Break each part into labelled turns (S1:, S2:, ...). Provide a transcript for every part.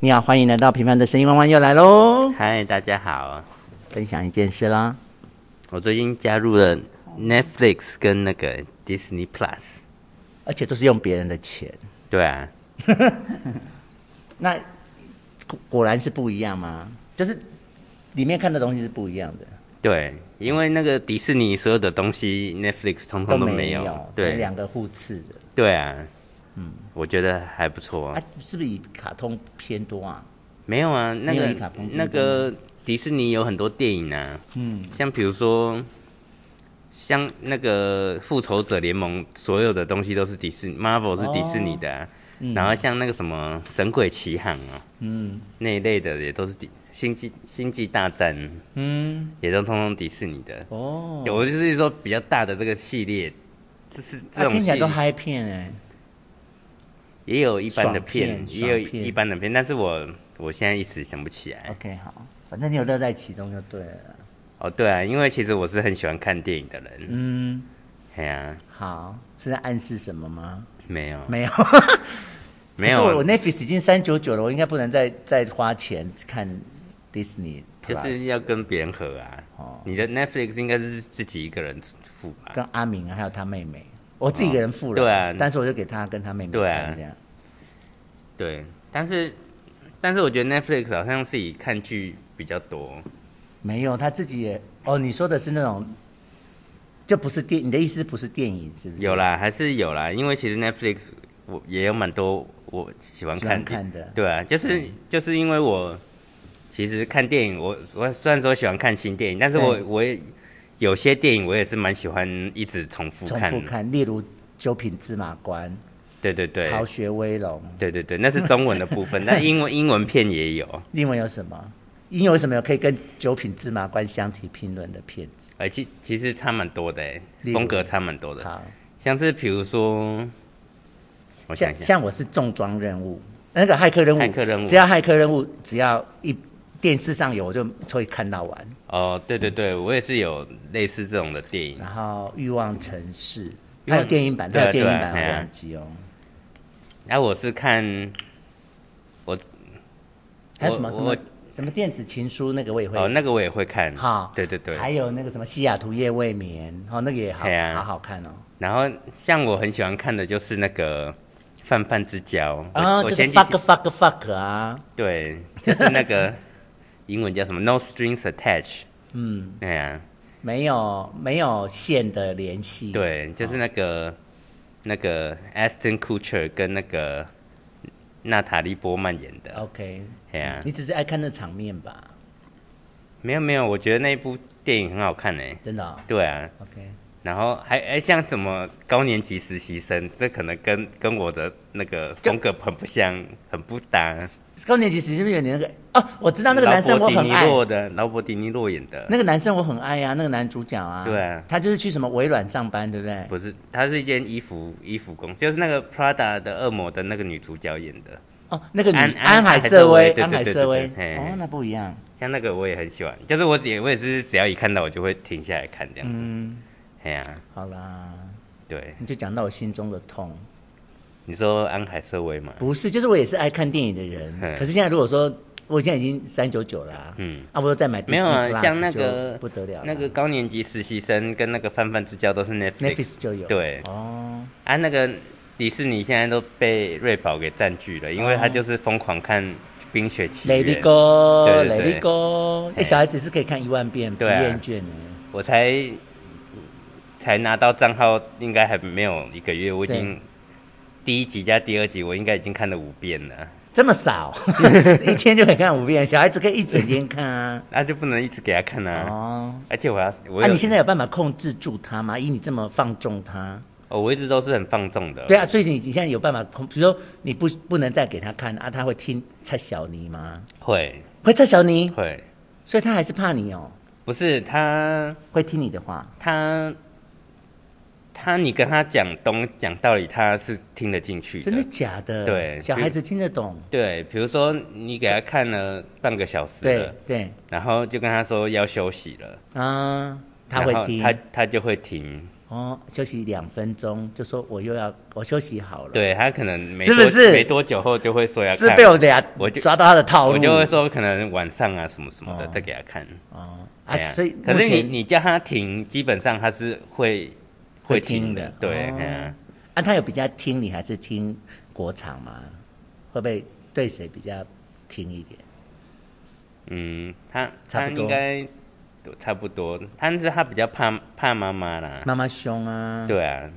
S1: 你好，欢迎来到《平凡的声音》，弯弯又来喽，
S2: 嗨，大家好，
S1: 分享一件事啦。
S2: 我最近加入了 Netflix 跟那个 Disney Plus。
S1: 而且都是用别人的钱，
S2: 对啊，
S1: 那果果然是不一样吗？就是里面看的东西是不一样的，
S2: 对，因为那个迪士尼所有的东西 Netflix 通通都
S1: 没
S2: 有。
S1: 对，
S2: 对
S1: 两个互斥的。
S2: 对啊，嗯，我觉得还不错。
S1: 啊，是不是以卡通偏多啊？
S2: 没有啊，那
S1: 没有
S2: 个
S1: 一卡通
S2: 那个迪士尼有很多电影啊，嗯，像比如说。像那个复仇者联盟，所有的东西都是迪士尼，Marvel
S1: 哦
S2: 是迪士尼的、啊
S1: 嗯
S2: 然后像那个什么神鬼奇航啊，嗯，那一类的也都是迪星际星际大战，
S1: 嗯，
S2: 也都通通迪士尼的。
S1: 哦，
S2: 有，我就是说比较大的这个系列，就是这
S1: 啊、
S2: 种
S1: 听起来
S2: 系
S1: 都嗨片哎、
S2: 也有一般的片，
S1: 爽片
S2: 也有
S1: 爽片
S2: 一般的片，但是我我现在一时想不起来。
S1: OK，好，反正你有乐在其中就对了。
S2: 哦，对啊，因为其实我是很喜欢看电影的人。
S1: 嗯，
S2: 哎呀、
S1: 好，是在暗示什么吗？
S2: 没有，
S1: 没有，
S2: 没
S1: 可是我
S2: 有，
S1: Netflix 已经三九九了，我应该不能再再花钱看 Disney，
S2: 就是要跟别人合啊。
S1: 哦
S2: 你的 Netflix 应该是自己一个人付吧？
S1: 跟阿明啊，还有他妹妹，我自己一个人付了，
S2: 哦对啊
S1: 但是我就给他跟他妹妹
S2: 对啊
S1: 看这样。
S2: 对，但是但是我觉得 Netflix 好像是以看剧比较多。
S1: 没有，他自己也哦，你说的是那种，就不是电，你的意思不是电影是不是？
S2: 有，啦，还是有啦，因为其实 Netflix 我也有蛮多我喜欢
S1: 喜
S2: 看
S1: 欢
S2: 电
S1: 看的，
S2: 对啊，就是、就是因为我其实看电影，我我虽然说喜欢看新电影，但是我
S1: 对
S2: 我也有些电影我也是蛮喜欢一直重复
S1: 重
S2: 看。
S1: 复看，例如《九品芝麻官
S2: 对对》对
S1: 《逃学威龙》，
S2: 对对对，那是中文的部 分，但英文英文片也有，
S1: 另外有什么？因有什么可以跟《九品芝麻官》相提并论的片子？
S2: 而哎其其实差蛮多的欸
S1: 例，如
S2: 风格差蛮多的，
S1: 好，
S2: 像是比如说，我想
S1: 像
S2: 一下，
S1: 像我是重装任务，那个骇客任务，
S2: 骇客任务
S1: 只要骇客任务，只要一电视上有，我就会看到完。
S2: 哦，对对对，我也是有类似这种的电影。
S1: 然后《欲望城市》，
S2: 欲
S1: 它
S2: 望
S1: 有电影版，它
S2: 对啊
S1: 有电影版，
S2: 对啊
S1: 我
S2: 嘿啊
S1: 忘记哦。
S2: 然后啊我是看我
S1: 还有什么
S2: 我
S1: 什么
S2: 我
S1: 什么电子情书那个我也会
S2: 哦，那个我也会看，
S1: 好，
S2: 对对对。
S1: 还有那个什么西雅图夜未眠，哦，那个也好
S2: 嘿啊
S1: 好好看哦。
S2: 然后像我很喜欢看的就是那个《泛泛之交》我
S1: 啊，
S2: 我
S1: 就是
S2: 前几
S1: fuck
S2: 天
S1: fuck fuck 啊，
S2: 对，就是那个英文叫什么 “No strings attached”。嗯，哎呀、
S1: 没有没有线的联系。，
S2: 对，就是那个、那个 Aston Kutcher 跟那个娜塔莉波曼演的。
S1: OK，
S2: 哎呀、
S1: 你只是爱看那场面吧？
S2: 没有没有，我觉得那一部电影很好看诶。
S1: 真的哦
S2: 对啊，
S1: ，OK，
S2: 然后还哎、像什么高年级实习生，这可能跟跟我的那个风格很不像，很不搭。
S1: 高年级时是不是有点那个？哦，我知道那个
S2: 劳
S1: 男生
S2: 勃
S1: 我
S2: 迪
S1: 很
S2: 尼
S1: 爱，
S2: 洛的，劳勃迪尼洛演的，
S1: 那个男生我很爱呀、啊，那个男主角啊，
S2: 对啊
S1: 他就是去什么微软上班，对不对？
S2: 不是，他是一件衣服衣服工，就是那个 Prada 的恶魔的那个女主角演的，
S1: 哦，那个女
S2: 安
S1: 安
S2: 安
S1: 海
S2: 海
S1: 瑟
S2: 瑟
S1: 薇
S2: 薇，
S1: 安海
S2: 对对对
S1: 瑟薇
S2: 对，对嘿
S1: 哦，那不一样。
S2: 像那个我也很喜欢，就是我也我也是只要一看到我就会停下来看这样子，
S1: 嗯，
S2: 哎呀、
S1: 好啦，
S2: 对，
S1: 你就讲到我心中的痛，
S2: 你说安海瑟薇嘛，
S1: 不是，就是我也是爱看电影的人，
S2: 嗯
S1: 可是现在如果说我现在已经三九九了啊，
S2: 嗯，
S1: 啊，我又再买
S2: 没有啊
S1: Disney Plus
S2: 像那个
S1: 就不得了了，
S2: 那个高年级实习生跟那个泛泛之交都是 Netflix，
S1: Netflix 就有，
S2: 对
S1: 哦，
S2: 啊，那个迪士尼现在都被瑞宝给占据了，因为他就是疯狂看《冰雪奇缘》
S1: ，Lady Go，Lady
S2: 对对对
S1: Go，哎，
S2: 嘿
S1: 小孩子是可以看一万遍不
S2: 对啊
S1: 厌倦的，
S2: 我才才拿到账号，应该还没有一个月，我已经第一集加第二集，我应该已经看了五遍了。
S1: 这么 少，一天就可以看五遍，小孩子可以一整天看 啊，
S2: 那、就不能一直给他看啊！
S1: 哦。
S2: 而且我要，我
S1: 啊，
S2: 有
S1: 你现在有办法控制住他吗？以你这么放纵他，
S2: 哦，我一直都是很放纵的。
S1: 对啊，所以你你现在有办法控，比如说你不不能再给他看啊，他会听蔡小妮吗？
S2: 会
S1: 会蔡小妮，
S2: 会，
S1: 所以他还是怕你哦，
S2: 不是他
S1: 会听你的话。
S2: 他他，你跟他讲东讲道理，他是听得进去的。
S1: 真的假的？
S2: 对
S1: 小孩子听得懂。
S2: 对，比如说你给他看了半个小时
S1: 对
S2: 了，
S1: 对
S2: 然后就跟他说要休息了，
S1: 啊，他
S2: 然
S1: 会
S2: 后
S1: 听。
S2: 他他就会停。
S1: 哦，休息两分钟，就说我又要我休息好了，，
S2: 对他可能没
S1: 是不
S2: 多
S1: 是
S2: 没多久后就会说要
S1: 是
S2: 看，
S1: 被我俩
S2: 我就
S1: 抓到他的套
S2: 我
S1: 路，
S2: 就会说可能晚上啊什么什么的
S1: 哦
S2: 再给他看。
S1: 哦啊
S2: 哎呀，
S1: 所以
S2: 可
S1: 目
S2: 是你
S1: 前
S2: 你叫他停，基本上他是会
S1: 会
S2: 停
S1: 听
S2: 的
S1: 的，
S2: 对，
S1: 哦
S2: 哎呀
S1: 啊，他有比较听你还是听国场吗？会不会对谁比较听一点？
S2: 嗯，他
S1: 差
S2: 他
S1: 不多
S2: 应该都差不多，但是他比较怕怕妈妈啦，
S1: 妈妈凶啊，
S2: 对啊，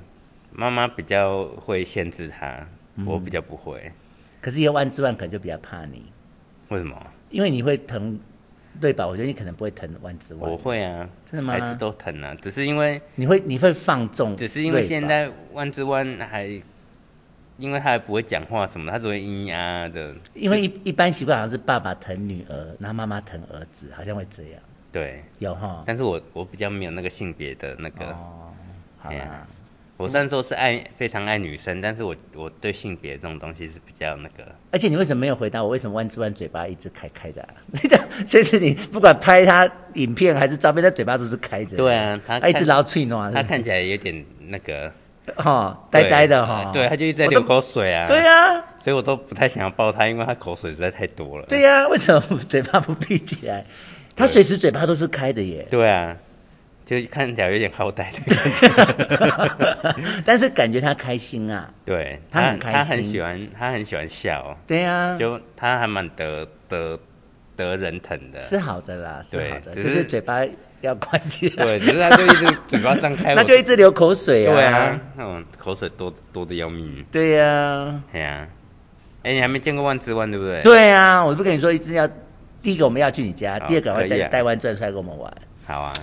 S2: 妈妈比较会限制他，
S1: 嗯
S2: 我比较不会，
S1: 可是有万之万可能就比较怕你，
S2: 为什么？
S1: 因为你会疼，对吧？我觉得你可能不会疼万之万
S2: 我，会啊，
S1: 真的吗
S2: 孩子都疼啊，只是因为
S1: 你会你会放纵，
S2: 只是因为现在万之万还，因为他还不会讲话什么的，他只会咿呀的，
S1: 因为一一般习惯好像是爸爸疼女儿，然后妈妈疼儿子，好像会这样，
S2: 对。
S1: 有哈？
S2: 但是我我比较没有那个性别的那个，
S1: 哦，好
S2: 呃哎
S1: 啦
S2: 呀，我虽然说是爱非常爱女生，但是我我对性别这种东西是比较那个，
S1: 而且你为什么没有回答我？为什么万之万嘴巴一直开开的、啊？ 这样，甚至你不管拍他影片还是照片，他嘴巴都是开着的。
S2: 对啊他
S1: 他一直
S2: 看
S1: 老吹暖，
S2: 他看起来有点那个
S1: 哈呆呆的哈。
S2: 对，他就一直在
S1: 我
S2: 流
S1: 都
S2: 口水啊，
S1: 对呀、
S2: 所以我都不太想要抱他，因为他口水实在太多了。
S1: 对啊呀、为什么嘴巴不闭起来？他随时嘴巴都是开的 耶，
S2: 对啊，就看起来有点好歹的 感觉。
S1: 但是感觉他开心啊。
S2: 对，
S1: 他很
S2: 他
S1: 开
S2: 很
S1: 心
S2: 喜欢，他很喜欢笑，
S1: 对啊呀、
S2: 就他还蛮得得得人疼的。
S1: 是啊好的啦，是
S2: 对
S1: 好的，
S2: 只
S1: 就是是嘴巴要关起来，
S2: 对，只是他就一直嘴巴张开，
S1: 那
S2: 我
S1: 就一直流口水啊。
S2: 对啊，，那种口水多多的要命。
S1: 对呀、
S2: 哎呀、哎、你还没见过万之万对不对？
S1: 对啊，我不跟你说，一直要第一个我们要去你家，
S2: 好
S1: 第二个我要
S2: 可以
S1: 带
S2: 啊
S1: 带万钻出来跟我们玩。
S2: 好啊，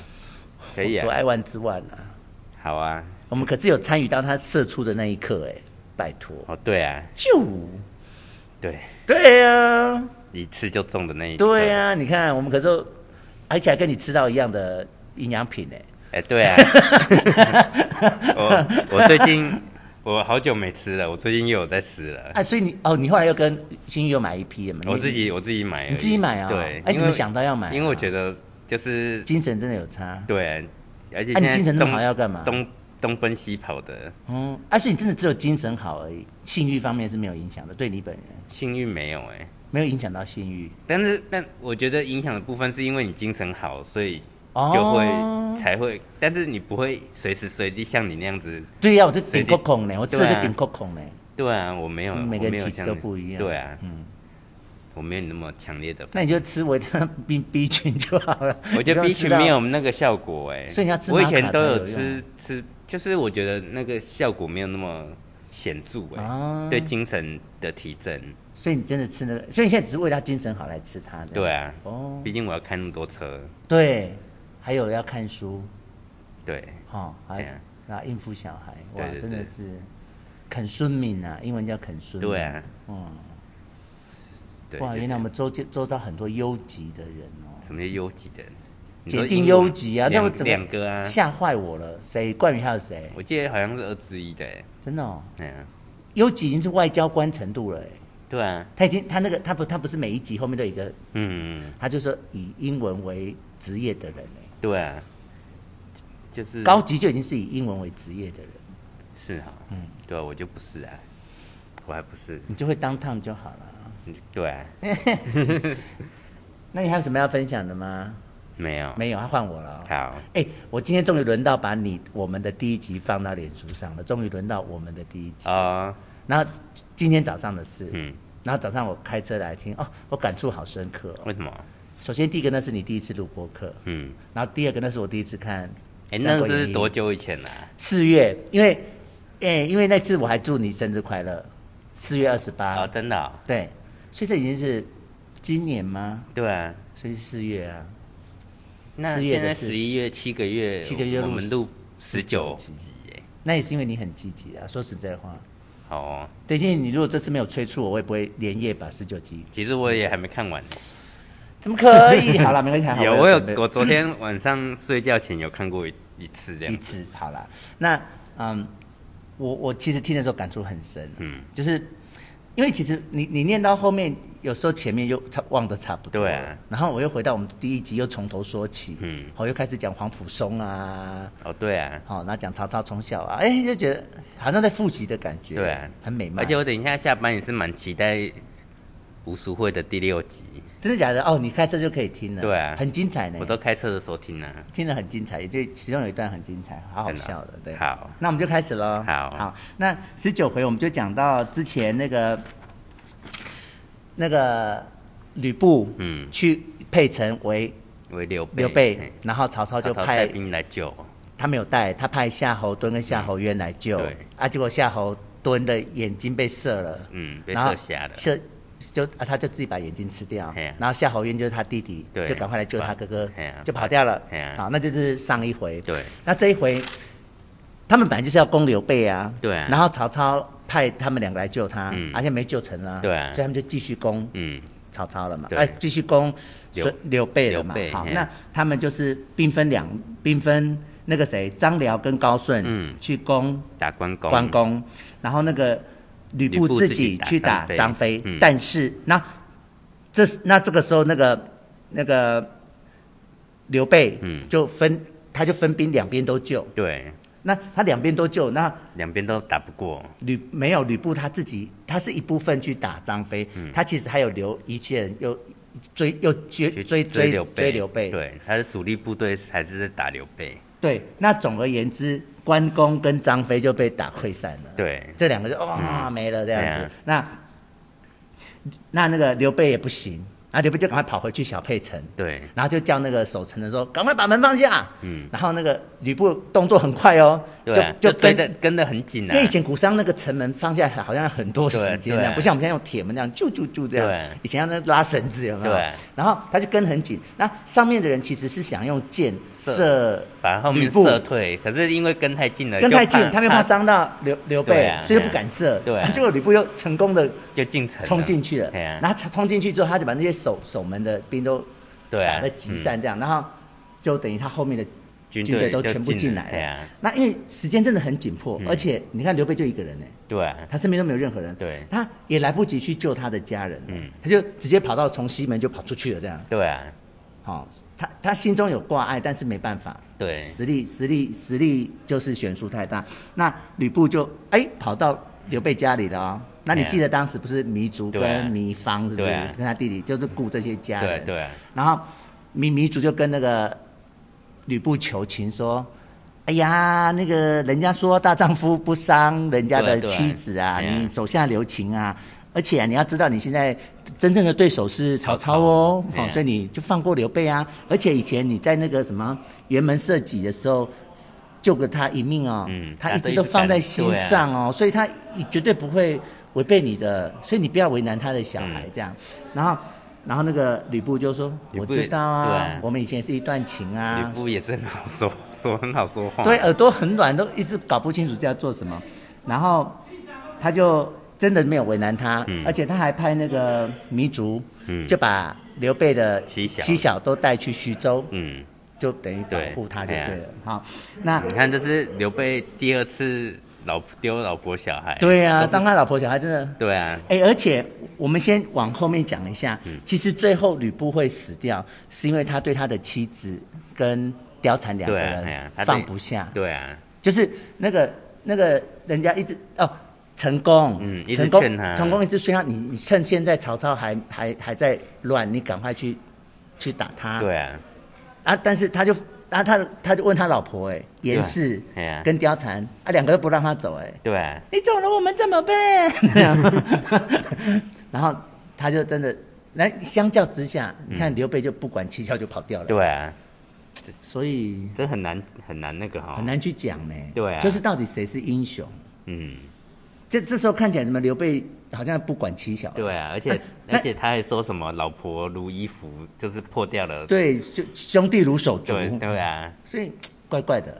S2: 可以
S1: 多
S2: 啊，
S1: 爱万之万啊！
S2: 好啊，
S1: 我们可是有参与到他射出的那一刻、哎，拜托，
S2: 哦，对啊，
S1: 就
S2: 对，
S1: 对啊，
S2: 一次就中的那一
S1: 对
S2: 呀、
S1: 啊，你看我们可是，而且还跟你吃到一样的营养品、哎，
S2: 哎、对 啊，我我最近我好久没吃了，我最近又有在吃了，
S1: 啊，所以你哦，你后来又跟新宇又买一批嘛？你
S2: 我自己我自己买而已，
S1: 你自己买啊、
S2: 对，
S1: 哎，
S2: 因
S1: 怎
S2: 为
S1: 么想到要买啊、
S2: 因为我觉得就是
S1: 精神真的有差，
S2: 对，而且
S1: 啊
S2: 现
S1: 你
S2: 在
S1: 精神那么
S2: 东
S1: 好要干嘛
S2: 东东奔西跑的，
S1: 嗯，而、且你真的只有精神好而已，性欲方面是没有影响的，对你本人
S2: 幸运没有哎、
S1: 没有影响到性欲，
S2: 但是，但我觉得影响的部分是因为你精神好，所以
S1: 哦
S2: 就会、才会，但是你不会随时随地像你那样子。
S1: 对呀、我就
S2: 所以
S1: 顶
S2: 你
S1: 扣孔呢，我吃了
S2: 对啊
S1: 就顶扣孔呢，
S2: 对啊，我没有，
S1: 就
S2: 我
S1: 是每
S2: 没
S1: 个人
S2: 有
S1: 体质
S2: 像
S1: 都
S2: 你
S1: 不一样，
S2: 对啊，
S1: 嗯。
S2: 我没有你那么强烈的。
S1: 那你就吃维 他命 B B 群就好了。
S2: 我觉得 B
S1: 你不要吃
S2: 群
S1: 到
S2: 没有那个效果哎、
S1: 所以你要吃
S2: 我以
S1: 玛
S2: 前
S1: 卡
S2: 都
S1: 才
S2: 有
S1: 有
S2: 吃
S1: 用
S2: 吃，就是我觉得那个效果没有那么显著哎、
S1: 啊
S2: 对精神的提振。
S1: 所以你真的吃那个，所以你现在只是为了他精神好来吃它的。
S2: 对啊，
S1: 哦，
S2: 毕竟我要开那么多车，
S1: 对，还有要看书，
S2: 对，
S1: 哈、哦，还
S2: 哎
S1: 有
S2: 呀
S1: 那应付小孩，哇，
S2: 对对对
S1: 真的是肯孙敏啊，英文叫肯孙。
S2: 对啊，
S1: 嗯，
S2: 对。
S1: 哇，
S2: 就
S1: 原来
S2: 是
S1: 我们周周遭很多优级的人哦，
S2: 什么叫优级的人？你说
S1: 铁定
S2: 英文
S1: 优级啊，那
S2: 两
S1: 我怎么
S2: 两个啊？
S1: 吓坏我了？谁？冠宇还有谁？
S2: 我记得好像是二之一的、欸，
S1: 真的哦，
S2: 哎呀，
S1: 优级已经是外交官程度了，哎，
S2: 对啊，
S1: 他已经他那个他不他不是每一集后面都有一个
S2: 嗯，
S1: 他就说以英文为职业的人、欸，
S2: 对啊，就是
S1: 高级就已经是以英文为职业的人，
S2: 是哈，嗯，对啊，我就不是啊，我还不是，
S1: 你就会当烫就好了。
S2: 嗯对啊，
S1: 哎那你还有什么要分享的吗？
S2: 没有，
S1: 没有，他换我了、哦。
S2: 好，
S1: 哎、我今天终于轮到把你我们的第一集放到脸书上了，终于轮到我们的第一集。
S2: 哦，
S1: 然后今天早上的事，
S2: 嗯，
S1: 然后早上我开车来听，哦，我感触好深刻、哦。
S2: 为什么？
S1: 首先第一个呢是你第一次录播客，
S2: 嗯，
S1: 然后第二个呢是我第一次看
S2: 哎、
S1: 《三
S2: 那
S1: 国演义》
S2: 是多久以前啊？
S1: 四月，因为，哎、因为那次我还祝你生日快乐，四月二十八。
S2: 哦，真的、哦，
S1: 对，所以这已经是今年吗？
S2: 对啊，
S1: 所以是四月啊，
S2: 那
S1: 四月
S2: 现
S1: 的
S2: 在
S1: 事
S2: 十一月七个月，
S1: 七个月
S2: 我
S1: 录
S2: 们录十
S1: 十
S2: 九
S1: 九
S2: 集，哎，
S1: 那也是因为你很积极啊。说实在话，
S2: 好哦，
S1: 对，因为你如果这次没有催促我，我也不会连夜把十九集。
S2: 其实我也还没看完呢、
S1: 怎么可 以？好了，没关系，还好
S2: 有，我有
S1: 准备，
S2: 我昨天晚上睡觉前有看过一一次这
S1: 一
S2: 样，
S1: 次好了。那嗯，我我其实听的时候感触很深，
S2: 嗯，
S1: 就是因为其实你你念到后面，有时候前面又差忘得差不多，
S2: 对啊，
S1: 然后我又回到我们第一集，又从头说起，
S2: 嗯，
S1: 我又开始讲黄浦松啊，
S2: 哦，对啊，
S1: 好、然后讲曹操从小啊，哎，就觉得好像在复习的感觉，
S2: 对啊
S1: 很美
S2: 而
S1: 漫。
S2: 且我等一下下班也是蛮期待吴淑慧的第六集，
S1: 真的假的？哦，你开车就可以听了，
S2: 对啊
S1: 很精彩呢
S2: 我，都开车的时候听啊。
S1: 听得很精彩，也就其中有一段很精彩，好好
S2: 真的哦
S1: 笑的，对。
S2: 好，
S1: 那我们就开始喽。
S2: 好
S1: 好，那十九回我们就讲到之前那个那个吕布，
S2: 嗯，
S1: 去配成为
S2: 为刘备，
S1: 刘备
S2: 嘿，
S1: 然后曹操就
S2: 曹操带
S1: 派
S2: 兵来救，
S1: 他没有带，他派夏侯惇跟夏侯渊来救
S2: 对，
S1: 啊，结果夏侯惇的眼睛被射了，
S2: 嗯，被
S1: 然后
S2: 射瞎了，
S1: 射就啊，他就自己把眼睛吃掉
S2: 嘿啊，
S1: 然后夏侯渊就是他弟弟，
S2: 对
S1: 就赶快来救他哥哥
S2: 嘿啊，
S1: 就跑掉了
S2: 嘿啊。
S1: 好，那就是上一回。
S2: 对，
S1: 那这一回，他们本来就是要攻刘备啊，
S2: 对啊
S1: 然后曹操派他们两个来救他
S2: 嗯，
S1: 而且没救成啊，
S2: 对啊
S1: 所以他们就继续攻
S2: 嗯，
S1: 曹操了嘛，
S2: 对
S1: 哎，继续攻
S2: 刘
S1: 孙刘备了嘛
S2: 刘备。
S1: 好，
S2: 嘿
S1: 那他们就是兵分两兵分那个谁，张辽跟高顺，
S2: 嗯
S1: 去攻
S2: 打关公，
S1: 关公，然后那个吕
S2: 吕
S1: 布
S2: 布
S1: 自
S2: 自
S1: 己
S2: 己打
S1: 去打
S2: 张飞
S1: 张飞，
S2: 嗯
S1: 但是那这是那这个时候那个那个刘备，
S2: 嗯
S1: 就分他就分兵两边都救，
S2: 对，
S1: 那他两边都救，那
S2: 两边都打不过，
S1: 吕没有吕布他自己，他是一部分去打张飞，
S2: 嗯
S1: 他其实还有留一些人又追又追
S2: 去
S1: 追
S2: 追刘备，
S1: 追刘备，
S2: 对，他的主力部队还是在打刘备，
S1: 对，那总而言之，关公跟张飞就被打溃散了。
S2: 对，
S1: 这两个就哇、
S2: 嗯
S1: 没了这样子。
S2: 对啊
S1: 那那那个刘备也不行，啊，刘备就赶快跑回去小沛城，
S2: 对，
S1: 然后就叫那个守城的说，赶快把门放下。
S2: 嗯，
S1: 然后那个吕布动作很快哦，
S2: 对啊，
S1: 就
S2: 就
S1: 就
S2: 追
S1: 跟。
S2: 的跟的很紧
S1: 因
S2: 啊，
S1: 为以前古商那个城门放下好像很多时间这
S2: 对
S1: 样，
S2: 对
S1: 不像我们现在用铁门那样啾啾啾这
S2: 对
S1: 样。以前要那拉绳子有没有？
S2: 对
S1: 然后他就跟很紧，那上面的人其实是想用箭
S2: 射
S1: 射
S2: 把后
S1: 吕
S2: 面
S1: 布
S2: 射退，可是因为跟太近了，
S1: 跟
S2: 就
S1: 太近，
S2: 呃怕
S1: 他们又怕，伤到刘刘备
S2: 对，啊
S1: 所以就不敢射。
S2: 对啊
S1: 结果吕布又成功的
S2: 就进城了
S1: 冲进去了，
S2: 对啊
S1: 然，后他冲进去之后，他就把那些守守门的兵都
S2: 对啊，
S1: 打得击散，这样，然后就等于他后面的
S2: 军
S1: 军队
S2: 队
S1: 都
S2: 就
S1: 全部进
S2: 进
S1: 来
S2: 了对
S1: 了
S2: 啊。
S1: 那因为时间真的很紧迫，
S2: 嗯
S1: 而且你看刘备就一个人呢，
S2: 嗯，对啊，
S1: 他身边都没有任何人，
S2: 对
S1: 他也来不及去救他的家人，嗯，他就直接跑到从西门就跑出去了，这样，
S2: 对啊，
S1: 哦，他他心中有挂碍，但是没办法，
S2: 对，
S1: 实力实力实力就是悬殊太大。那吕布就哎、跑到刘备家里了哦。那你
S2: 对啊
S1: 记得当时不是糜竺
S2: 对啊
S1: 跟糜芳是不是、
S2: 对啊
S1: 跟他弟弟就是顾这些家
S2: 对
S1: 人？
S2: 对啊，
S1: 然后糜糜竺就跟那个吕布求情说。哎呀，那个人家说大丈夫不伤人家的
S2: 对啊对啊
S1: 妻子啊，
S2: 哎呀
S1: 你手下留情啊！而且、啊、你要知道，你现在真正的对手是曹操哦，
S2: 曹操
S1: 哦
S2: 哎呀
S1: 所以你就放过刘备啊！而且以前你在那个什么辕门射戟的时候救过他一命哦，
S2: 嗯
S1: 他
S2: 他
S1: 一直
S2: 都
S1: 都
S2: 一直
S1: 放在
S2: 感
S1: 心
S2: 对啊
S1: 上哦，所以他绝对不会违背你的，所以你不要为难他的小孩这样。然后，然后那个吕布就说：“
S2: 嗯吕
S1: 我
S2: 布
S1: 知道啊，
S2: 对啊
S1: 我们以前是一段情
S2: 吕
S1: 啊，
S2: 布也是很好说 说很好说话，
S1: 对，耳呃朵很软，都一直搞不清楚这要做什么。”然后他就真的没有为难他，
S2: 嗯
S1: 而且他还派那个糜竺，
S2: 嗯
S1: 就把刘备的
S2: 妻小
S1: 都带去徐州，
S2: 嗯，
S1: 就等于保
S2: 对
S1: 护他就
S2: 哎呀
S1: 对了。好，那
S2: 你看这是刘备第二次老婆丢老婆小孩，
S1: 对啊，
S2: 都是
S1: 当他老婆小孩真的
S2: 对啊，
S1: 哎、而且我们先往后面讲一下，
S2: 嗯
S1: 其实最后吕布会死掉，是因为他对他的妻子跟貂蝉两个
S2: 对啊哎
S1: 人
S2: 呀他对
S1: 放不下，
S2: 对啊，
S1: 就是那个那个人家一直哦。成功，
S2: 嗯一直
S1: 成功
S2: 劝他，
S1: 成功一直劝他，你你趁现在曹操还还还在乱，你赶快去去打他。
S2: 对啊，
S1: 啊，但是他就啊他他就问他老婆哎，严氏
S2: 哎呀
S1: 跟貂蝉啊两个都不让他走哎，
S2: 对啊，
S1: 你走了我们怎么办？ 然后他就真的，那相较之下，
S2: 嗯
S1: 你看刘备就不管七窍就跑掉了，
S2: 对啊，
S1: 所以
S2: 这很难很难那个哈
S1: 很，难去讲呢。
S2: 对啊
S1: 就是到底谁是英雄？
S2: 嗯，
S1: 这这时候看起来怎么刘备好像不管七巧，
S2: 对啊，而且
S1: 那
S2: 而且他还说什么老婆如衣服，就是破掉了，
S1: 对，兄兄弟如手足，
S2: 对对啊，
S1: 所以怪怪的。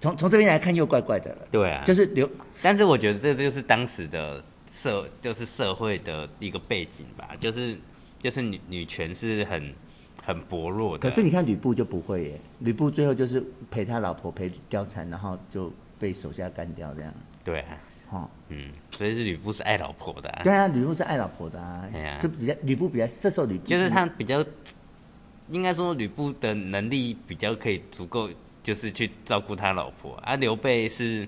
S1: 从从这边来看又怪怪的了，
S2: 对啊，
S1: 就是刘
S2: 但是我觉得这就是当时的社，就是社会的一个背景吧，就是就是女女权是很很薄弱的。
S1: 可是你看吕布就不会耶，吕布最后就是陪他老婆陪貂蝉，然后就被手下干掉这样。
S2: 对啊，
S1: 哦，
S2: 嗯，所以是吕布是爱老婆的、啊，
S1: 对啊，吕布是爱老婆的啊
S2: 哎呀，
S1: 这比较吕布比较，这时候吕布
S2: 就是他比较，应该说吕布的能力比较可以足够，就是去照顾他老婆啊。刘备是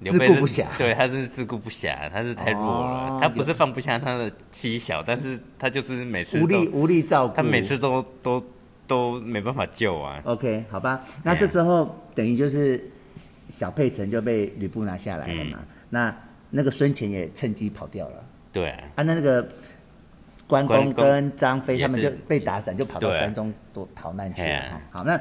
S2: 刘
S1: 自
S2: 备是
S1: 顾不暇
S2: 对，他是自顾不暇，他是太弱了，
S1: 哦
S2: 他不是放不下他的妻小，但是他就是每次
S1: 无
S2: 都
S1: 力无力照顾，
S2: 他每次都都都没办法救啊。
S1: OK，好吧，
S2: 哎
S1: 那
S2: 呀
S1: 这时候等于就是小沛城就被吕布拿下来了
S2: 嗯
S1: 嘛，那那个孙权也趁机跑掉了
S2: 对啊，
S1: 啊，那那个关
S2: 关
S1: 公
S2: 公
S1: 跟张飞他们
S2: 也
S1: 就是被打散，就跑到
S2: 对啊
S1: 山中躲逃难去
S2: 哎
S1: 了
S2: 呀。
S1: 哈好，那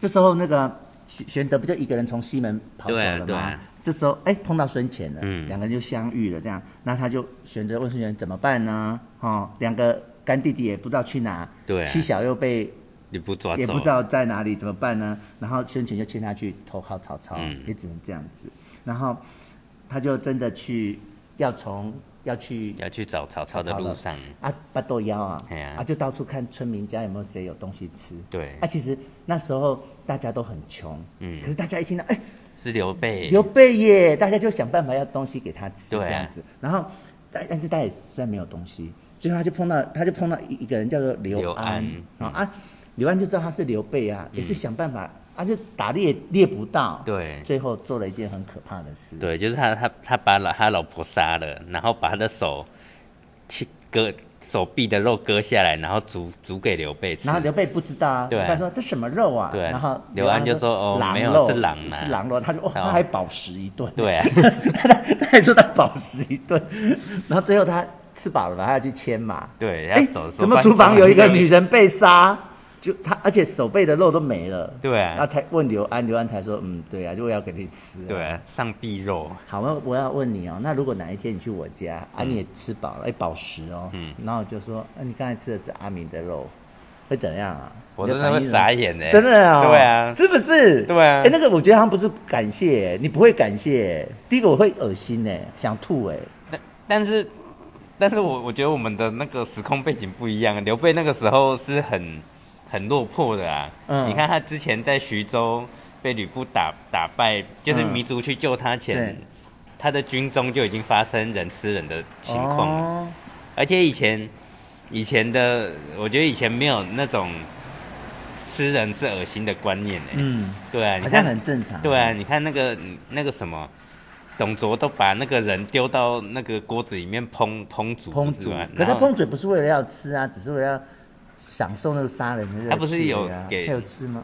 S1: 这时候那个玄玄德不就一个人从西门跑走
S2: 对啊
S1: 了
S2: 对
S1: 吗
S2: 啊？
S1: 这时候哎碰到孙权了，
S2: 嗯
S1: 两个人就相遇了，这样，那他就选择问孙权怎么办呢？哦，两个干弟弟也不知道去哪，
S2: 对啊
S1: 妻小又被
S2: 吕布抓
S1: 也
S2: 走
S1: 不知
S2: 了，
S1: 道在哪里，怎么办呢？然后孙权就劝他去投靠曹操，
S2: 嗯
S1: 也只能这样子。然后他就真的去要从要去
S2: 要去找曹操的
S1: 曹操
S2: 路
S1: 了
S2: 上，
S1: 啊八豆腰啊
S2: 嘿啊
S1: 就到处看村民家有没有谁有东西吃。
S2: 对
S1: 啊，其实那时候大家都很穷，
S2: 嗯
S1: 可是大家一听到哎
S2: 是刘备，
S1: 刘备耶，大家就想办法要东西给他吃，
S2: 对啊
S1: 这样子。然后但但是他也实在没有东西，最后他就碰到他就碰到一一个人叫做
S2: 刘
S1: 刘
S2: 安嗯
S1: 安，然后啊，刘安就知道他是刘备啊，也是想办法啊，就打猎猎不到，
S2: 对
S1: 最后做了一件很可怕的事，
S2: 对，就是他他他把老他老婆杀了，然后把他的手切割手臂的肉割下来，然后煮煮给刘备吃
S1: 然。后刘备不知道啊，
S2: 对
S1: 刘备说这什么肉啊？
S2: 对
S1: 然后
S2: 刘安就说哦
S1: 狼
S2: 没有
S1: 肉
S2: 是狼啊
S1: 是狼肉。他说哦，
S2: 然后
S1: 他还饱食一顿。
S2: 对啊
S1: 他 他还说他饱食一顿，然后最后他吃饱了嘛，他要去牵马。
S2: 对，要
S1: 哎，
S2: 走的时候
S1: 怎么
S2: 发现
S1: 厨房有一个女
S2: 人？
S1: 人被杀？就他，而且手背的肉都没了。
S2: 对啊
S1: 然后才问刘安，刘安才说，嗯，对啊，就要给你吃、啊。
S2: 对，上臂肉，
S1: 好，那我要问你哦，那如果哪一天你去我家，
S2: 嗯
S1: 啊，你也吃饱了，哎，饱食哦，嗯，然后我就说，啊，你刚才吃的是阿明的肉，会怎样啊？
S2: 我
S1: 你
S2: 真的会
S1: 反应是
S2: 傻眼欸的、
S1: 真的啊、
S2: 对啊，
S1: 是不是？
S2: 对啊
S1: 哎，那个我觉得好像不是感谢，你不会感谢。第一个我会恶心哎，想吐哎，
S2: 但但是但是我我觉得我们的那个时空背景不一样，刘备那个时候是很很落魄的啊。
S1: 嗯
S2: 你看他之前在徐州被吕布打打败，就是
S1: 嗯
S2: 糜竺去救他前。
S1: 对
S2: 他的军中就已经发生人吃人的情况了，
S1: 哦
S2: 而且以前以前的，我觉得以前没有那种吃人是恶心的观念哎、
S1: 嗯，
S2: 对啊，你
S1: 好像
S2: 看
S1: 很正常。
S2: 对啊，你看那个那个什么，董卓都把那个人丢到那个锅子里面烹烹煮，
S1: 烹
S2: 是
S1: 煮
S2: 吧，
S1: 可
S2: 然
S1: 他
S2: 后
S1: 烹煮不是为了要吃啊，只是为了要享受那个杀人的乐趣而已啊、
S2: 他不是有给
S1: 他有吃吗？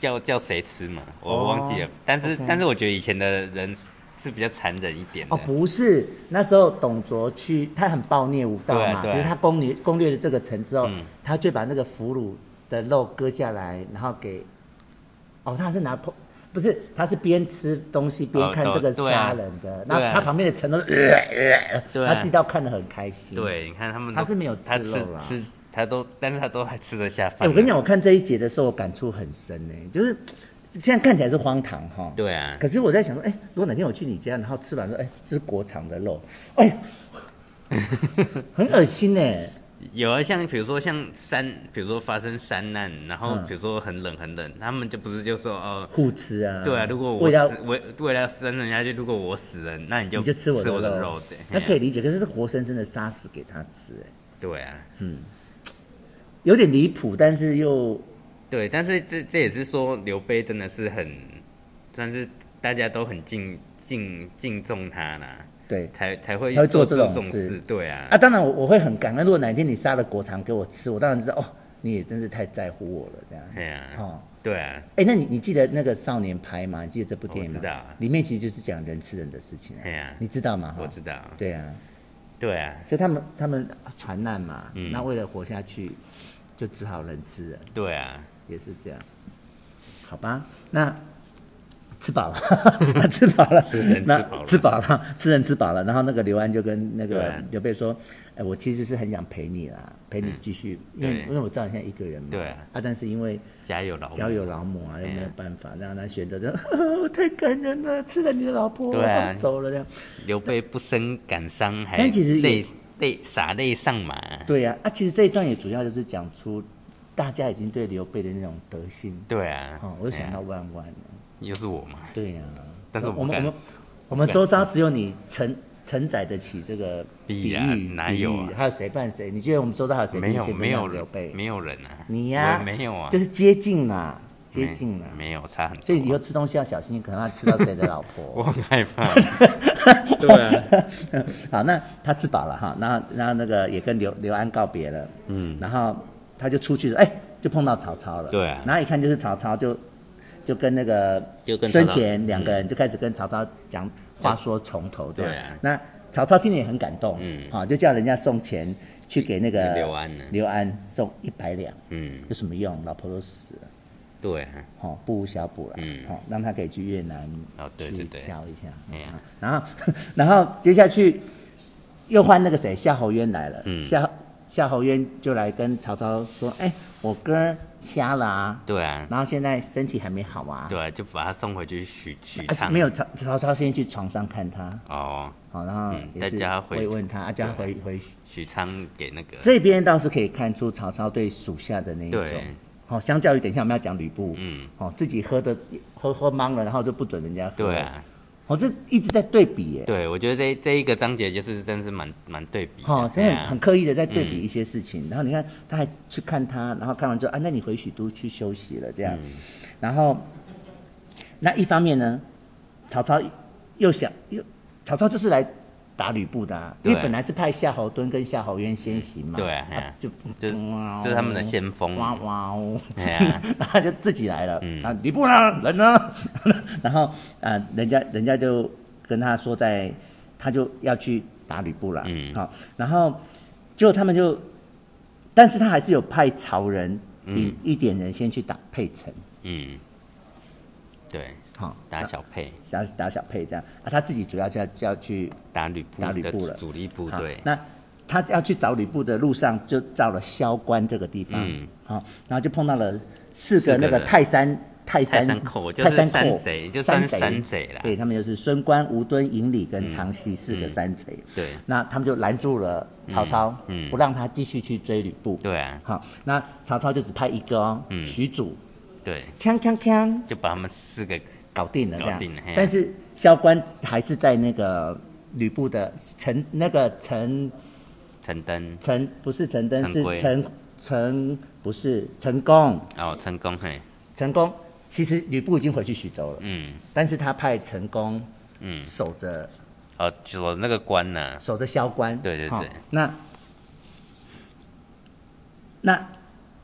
S2: 叫叫谁吃嘛，我
S1: 哦
S2: 忘记了。但是
S1: OK
S2: 但是我觉得以前的人是比较残忍一点的
S1: 哦，，不是，那时候董卓去，他很暴虐无道嘛，
S2: 对对
S1: 就是他攻略攻略了这个城之后，
S2: 嗯
S1: 他就把那个俘虏的肉割下来，然后给，哦，他是拿烹，不是，他是边吃东西边看
S2: 哦
S1: 这个
S2: 对对啊
S1: 杀人的，
S2: 对
S1: 那、
S2: 啊
S1: 他旁边的臣都是、呃
S2: 对啊
S1: 他自己倒看得很开心。，
S2: 对，你看他们
S1: 他
S2: 都
S1: 是没有
S2: 他
S1: 吃
S2: 吃
S1: 肉啦
S2: 吃他都，但是他都还吃得下
S1: 哎、
S2: 饭。啊
S1: 我跟你讲，，我看这一节的时候，我感触很深呢、就是现在看起来是荒唐哈，
S2: 对啊，
S1: 可是我在想说，哎、如果哪天我去你家，然后吃完说，哎、这是国产的肉，哎、很恶心呢、
S2: 有啊，像比如说像山，比如说发生山难，然后
S1: 嗯
S2: 比如说很冷很冷，他们就不是就说哦。
S1: 互吃啊。
S2: 对啊，如果我
S1: 为了
S2: 死，为为了生人家去，如果我死了，那你就
S1: 你就吃我
S2: 吃我
S1: 的
S2: 的肉，对，
S1: 那
S2: 嘿啊
S1: 可以理解。可是是活生生的杀死给他吃、哎，
S2: 对啊，
S1: 有点离谱，但是又
S2: 对，但是这这也是说刘备真的是很，算是大家都很敬敬敬重他啦，
S1: 对
S2: 才才会
S1: 才会做这
S2: 出这
S1: 种事
S2: 事，对啊，
S1: 啊。当然我，我会很感恩。如果哪一天你杀了国肠给我吃，我当然知道哦，你也真是太在乎我了，这样。
S2: 对啊，
S1: 哦，
S2: 对啊，
S1: 哎、那你你记得那个少年拍吗？你记得这部电影吗？
S2: 我知道啊
S1: 里面其实就是讲人吃人的事情、啊。
S2: 对啊
S1: 你知道吗？哈
S2: 我知道，
S1: 对啊。
S2: 对啊，
S1: 所以他们他们船难嘛，
S2: 嗯
S1: 那为了活下去，就只好人吃人，
S2: 对啊，
S1: 也是这样，好吧？那吃饱了， 那吃饱了，
S2: 吃人吃饱了
S1: 那吃饱了，吃人吃饱了。然后那个刘安就跟那
S2: 对
S1: 个
S2: 啊
S1: 刘备说：“哎，我其实是很想陪你啦，陪你继续，因为
S2: 嗯对
S1: 因为我知道你现在一个人嘛，
S2: 对啊
S1: 但是因为
S2: 家有老母
S1: 交友老母啊，又没
S2: 哎
S1: 有
S2: 呀
S1: 办法，让他选择就， 我太感人了，吃了你的老婆，
S2: 对啊
S1: 我 走了这样。”
S2: 刘备不生感伤，还
S1: 但其实也
S2: 泪泪洒泪上马，
S1: 对呀、啊，其实这一段也主要就是讲出大家已经对刘备的那种德性。
S2: 对啊，
S1: 哦，我就
S2: 哎呀
S1: 想到万万了。
S2: 又是我嘛，
S1: 对呀、
S2: 但是
S1: 我
S2: 我不
S1: 们我
S2: 敢
S1: 们我们周遭只有你承承载得起这个比
S2: 必
S1: 喻，
S2: 然
S1: 比喻
S2: 哪有啊
S1: 还有谁办谁？你觉得我们周遭还有谁
S2: 没有
S1: 比你
S2: 没有
S1: 刘
S2: 人
S1: 备？
S2: 没有人啊，
S1: 你呀、
S2: 我没有啊，
S1: 就是接近啦，接
S2: 没
S1: 近啦。
S2: 没有差很多，啊
S1: 所以以后吃东西要小心，可能要吃到谁的老
S2: 我
S1: 婆。
S2: 很害 怕， 对啊，
S1: 好，那他吃饱了哈，然后然后那个也跟刘刘安告别了，嗯，然后他就出去了，哎、就碰到曹操了，
S2: 对啊
S1: 然后一看就是曹操就，就跟那个
S2: 就跟曹
S1: 孙
S2: 操嗯
S1: 权两个人就开始跟曹操讲话说从头这样
S2: 对啊
S1: 那曹操听了也很感动，
S2: 嗯
S1: 好、就叫人家送钱去给那个
S2: 刘安呢
S1: 刘安送一百两，
S2: 嗯，
S1: 有什么用？老婆都死了。
S2: 对啊，
S1: 哦，不无小补了，
S2: 嗯
S1: 哦，让他可以去越南
S2: 哦对
S1: 去
S2: 对对
S1: 跳一下，哦
S2: 哎呀
S1: 然后然后接下去又换那个谁夏侯渊来了，
S2: 嗯
S1: 夏夏侯渊就来跟曹操说，哎、我哥儿瞎了啊，
S2: 对啊，
S1: 然后现在身体还没好啊，
S2: 对啊，就把他送回去许许
S1: 啊
S2: 昌，
S1: 没有曹曹操先去床上看他，
S2: 哦，
S1: 好，然后
S2: 嗯
S1: 也
S2: 再
S1: 是
S2: 叫他回
S1: 慰问他，啊，叫他回回
S2: 许昌给那个，
S1: 这边倒是可以看出曹操对属下的那一种
S2: 对。
S1: 哦，相较于等一下我们要讲吕布，
S2: 嗯，
S1: 哦，自己喝的喝喝懵了，然后就不准人家喝，
S2: 对啊，
S1: 哦，这一直在对比耶，
S2: 对，我觉得这这一个章节就是真是蛮蛮对嗯比的，
S1: 哦，真
S2: 哎
S1: 的
S2: 呀
S1: 很很刻意的在对比一些事情。然后你看，他还去看他，然后看完之后，啊，那你回许都去休息了，这样。
S2: 嗯
S1: 然后，那一方面呢，曹操又想又，曹操就是来打吕布的、啊，因为
S2: 对
S1: 本来是派夏侯惇跟夏侯渊先行嘛，
S2: 对啊哎呀
S1: 就
S2: 就
S1: 哇哦
S2: 就是他们的先锋
S1: 哇哇哦，
S2: 哎呀
S1: 然后就自己来了，啊，吕布呢，人呢， 然后啊、呃人家人家就跟他说在，他就要去打吕布了，
S2: 嗯
S1: 好，然后结果他们就，但是他还是有派曹仁领、一点人先去打沛城，
S2: 嗯，对，
S1: 好，
S2: 打小沛，
S1: 打打小沛这样，啊，他自己主要就要就要去
S2: 打吕布
S1: 打吕
S2: 的
S1: 布了
S2: 主力部
S1: 好
S2: 队，
S1: 那他要去找吕布的路上，就到了萧关这个地方，
S2: 嗯
S1: 好、然后就碰到了四个
S2: 四个
S1: 那个
S2: 人
S1: 泰山泰
S2: 泰
S1: 山
S2: 山寇就
S1: 泰
S2: 是
S1: 山
S2: 山
S1: 寇
S2: 贼就算
S1: 贼
S2: 山贼啦嗯
S1: 对他们就是孙关、吴敦、尹礼跟常熙四个山贼。
S2: 对
S1: 那他们就拦住了曹操，
S2: 嗯嗯
S1: 不让他继续去追吕布。
S2: 对啊，
S1: 好，那曹操就只派一个哦，
S2: 嗯
S1: 许褚，
S2: 对，
S1: 锵锵锵，
S2: 就把他们四个
S1: 搞定了这样
S2: 搞定了嘿啊。
S1: 但是萧关还是在那个吕布的城，那个城
S2: 陈登
S1: 陈不是陈登，
S2: 陈
S1: 是
S2: 规
S1: 陈陈不是陈宫，
S2: 哦，成功嘿，
S1: 陈宫。其实吕布已经回去徐州了，
S2: 嗯
S1: 但是他派陈宫
S2: 嗯，
S1: 守着
S2: 哦，守那个关呢，
S1: 守着萧关。
S2: 对对
S1: 好
S2: 对
S1: 那那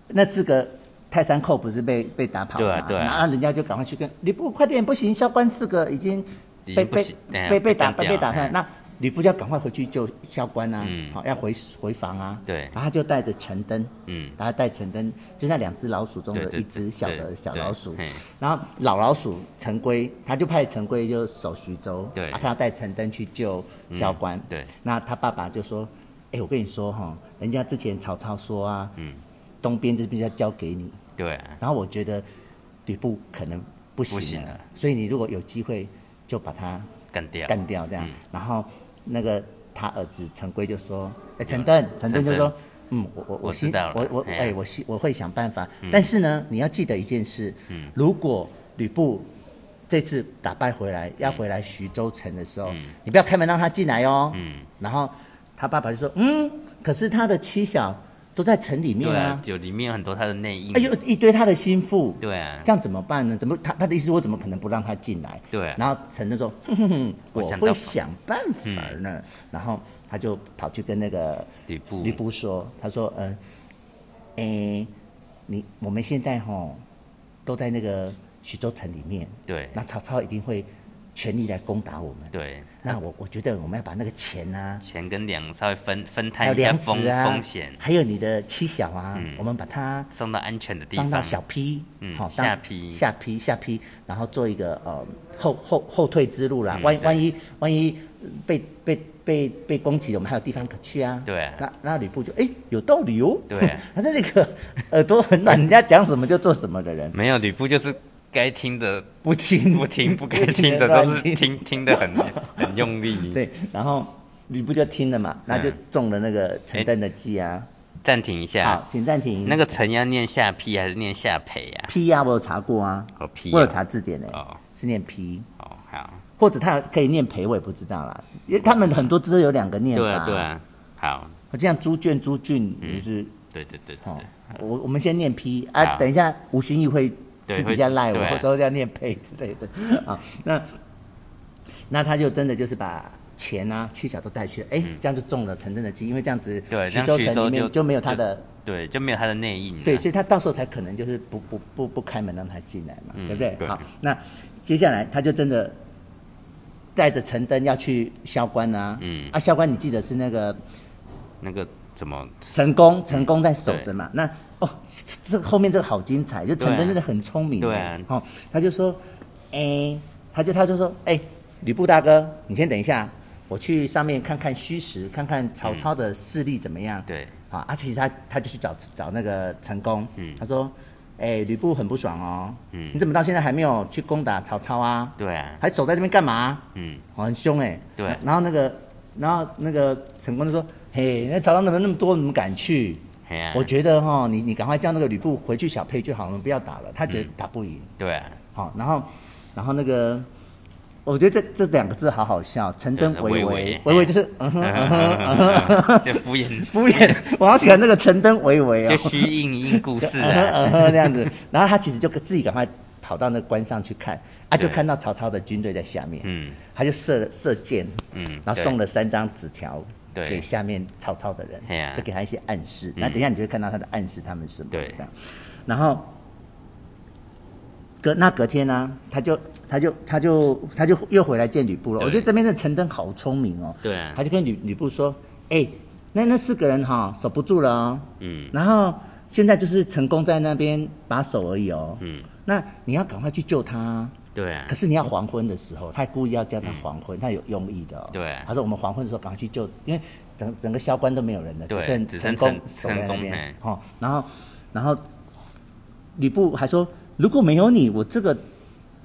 S1: 那四个泰山寇不是被被打跑了
S2: 对啊
S1: 吗
S2: 对啊
S1: 然后人家就赶快去跟吕布，快点，不行，萧关四个已经
S2: 已
S1: 被
S2: 经不
S1: 被
S2: 行哎呀
S1: 被
S2: 被
S1: 打
S2: 干
S1: 被
S2: 掉
S1: 打
S2: 了
S1: 散。
S2: 哎
S1: 那吕布就要赶快回去救萧关啊
S2: 嗯，
S1: 好要回回防啊。
S2: 对
S1: 然后他就带着陈登，
S2: 嗯，
S1: 然后带陈登，就那两只老鼠中的
S2: 对对
S1: 一只
S2: 对
S1: 小的
S2: 对
S1: 小
S2: 对
S1: 老鼠
S2: 嘿，
S1: 然后老老鼠陈规，他就派陈规就守徐州，
S2: 对嗯
S1: 啊他要带陈登去救萧关、
S2: 对，
S1: 那他爸爸就说：“哎，我跟你说哈、人家之前曹操说啊，
S2: 嗯，
S1: 东边这边要交给你，
S2: 对啊，
S1: 然后我觉得吕布可能不行
S2: 不行
S1: 了
S2: 了
S1: 所以你如果有机会就把他
S2: 干掉，
S1: 干掉这样。
S2: 嗯
S1: 然后那个他儿子陈规就说：“哎，陈登，陈登就说，嗯，我我
S2: 我
S1: 心
S2: 知道了嗯
S1: 我我
S2: 哎呀
S1: 哎，我心我会想办法。但是呢，你要记得一件事，
S2: 嗯
S1: 如果吕布这次打败回来，要回来徐州城的时候，你不要开门让他进来哦。
S2: 嗯
S1: 然后他爸爸就说：嗯，可是他的妻小都在城里面
S2: 对
S1: 啊
S2: 啊，，有里面有很多他的内应
S1: 哎，呦，一堆他的心腹。
S2: 对啊，
S1: 这样怎么办呢？怎么他他的意思，我怎么可能不让他进来？
S2: 对
S1: 然后陈登说：“哼哼哼，我
S2: 我想到
S1: 会想办法呢。然后他就跑去跟那个
S2: 吕布
S1: 吕布说：“他说，嗯、呃，诶，你我们现在吼都在那个徐州城里面，
S2: 对
S1: 那曹操一定会全力来攻打我们。
S2: 对，
S1: 那我我觉得我们要把那个钱啊，
S2: 钱跟粮稍微分分
S1: 还有
S2: 摊一下
S1: 粮
S2: 风
S1: 食啊，
S2: 风险，
S1: 还有你的妻小啊，
S2: 嗯
S1: 我们把它
S2: 送到安全的地
S1: 放到
S2: 方，
S1: 小批，
S2: 嗯
S1: 好、
S2: 下
S1: 当
S2: 批
S1: 下批下批，然后做一个呃后后后退之路
S2: 嗯
S1: 啦。万一万一万一呃被被被被攻击，我们还有地方可去啊。
S2: 对啊
S1: 那那吕布就哎有道理哦。
S2: 对啊
S1: 他是那个耳朵很软，人家讲什么就做什么的 人，
S2: 没有吕布就是该听 的
S1: 不听
S2: 不听不该听的
S1: 乱
S2: 都是听听的很很用力。
S1: 对，然后吕布就听了嘛，那就
S2: 嗯
S1: 中了那个陈登的计啊。
S2: 暂停一下
S1: 好，，请暂停。
S2: 嗯那
S1: 个
S2: 个陈要念下批还是念下培呀、
S1: P 呀、我有查过啊，
S2: 哦 P
S1: 我有
S2: 哦
S1: 查字典呢、
S2: 哦
S1: 是念 P。
S2: 哦，好，
S1: 或者他可以念裴，我也不知道啦，因为他们很多字有两个念法。
S2: 对啊，对啊，好，
S1: 就像猪圈、猪郡也是。
S2: 对对对对
S1: 哦
S2: 对，
S1: 我我们先念 P 啊，
S2: 好
S1: 等一下吴寻义会私底下
S2: 对会
S1: 赖我，
S2: 对啊
S1: 或者说要念配之类的啊。那那他就真的就是把钱啊、七小都带去了，哎，这样就中了陈真的计，因为这样子
S2: 嗯对这
S1: 徐
S2: 样
S1: 州
S2: 徐
S1: 城
S2: 州
S1: 里面
S2: 就
S1: 就没有他的
S2: 对，就没有他的内应啊。
S1: 对，所以他到时候才可能就是不不不不开门让他进来嘛，
S2: 嗯
S1: 对不对？
S2: 对
S1: 好，那接下来他就真的带着陈登要去萧关啊，
S2: 嗯
S1: 啊，萧关你记得是那个
S2: 那个怎么
S1: 成
S2: 嗯
S1: 功，成功在守着嘛。那哦，这这后面这个好精彩，就陈真
S2: 对啊
S1: 真的很聪明。
S2: 对啊
S1: 哦，他就说，哎，他就他就说，哎，吕布大哥，你先等一下，我去上面看看虚实，看看曹操的势力怎么样。
S2: 对
S1: 啊，啊，其实他他就去找找那个陈宫，
S2: 嗯
S1: 他说，哎，吕布很不爽哦，
S2: 嗯
S1: 你怎么到现在还没有去攻打曹操啊？
S2: 对啊，
S1: 还守在这边干嘛、
S2: 嗯，
S1: 哦，很凶哎、欸。
S2: 对
S1: 然然后那个，然后那个陈宫就说：“嘿，那曹操那么那么多，你们敢去？
S2: 嘿啊，
S1: 我觉得哈，你你赶快叫那个吕布回去小沛就好了，不要打了。他
S2: 嗯
S1: 觉得打不赢。
S2: 对啊，
S1: 好、然后，然后那个，我觉得这这两个字好好笑，陈登
S2: 对
S1: 维
S2: 维
S1: 维
S2: 维，
S1: 维维就是嗯哼嗯哼嗯 哼，
S2: 就 敷衍，
S1: 敷衍。我好喜欢那个陈登维维啊
S2: 就，虚应应故事
S1: 嗯哼
S2: 啊，
S1: 嗯 哼这样子。然后他其实就自己赶快跑到那个关上去看，啊，就
S2: 对
S1: 看到曹操的军队在下面，
S2: 嗯
S1: 他就射了射箭，
S2: 嗯，
S1: 然后
S2: 对
S1: 送了三张纸条
S2: 对
S1: 给下面曹操的人，
S2: 嘿啊
S1: 就给他一些暗示。那、等一下你就会看到他的暗示他们什么
S2: 对
S1: 这样。然后隔那隔天呢、他就他就他就他就又回来见吕布了。
S2: 对
S1: 我觉得这边的陈登好聪明哦，
S2: 对啊
S1: 他就跟吕吕布说：“哎、那那四个人哈、守不住了哦，
S2: 嗯
S1: 然后现在就是成功在那边把守而已哦，
S2: 嗯，
S1: 那你要赶快去救他啊。”
S2: 对啊
S1: 可，是你要黄昏的时候，他还故意要叫他黄昏，他有用意的、哦。
S2: 对
S1: 他说我们黄昏的时候赶快去救，因为整整个萧关都没有人了，
S2: 对
S1: 剩
S2: 只
S1: 陈
S2: 剩
S1: 宫
S2: 陈
S1: 守在那
S2: 陈宫
S1: 边
S2: 嘿。
S1: 哦，然后然后吕布还说，如果没有你，我这个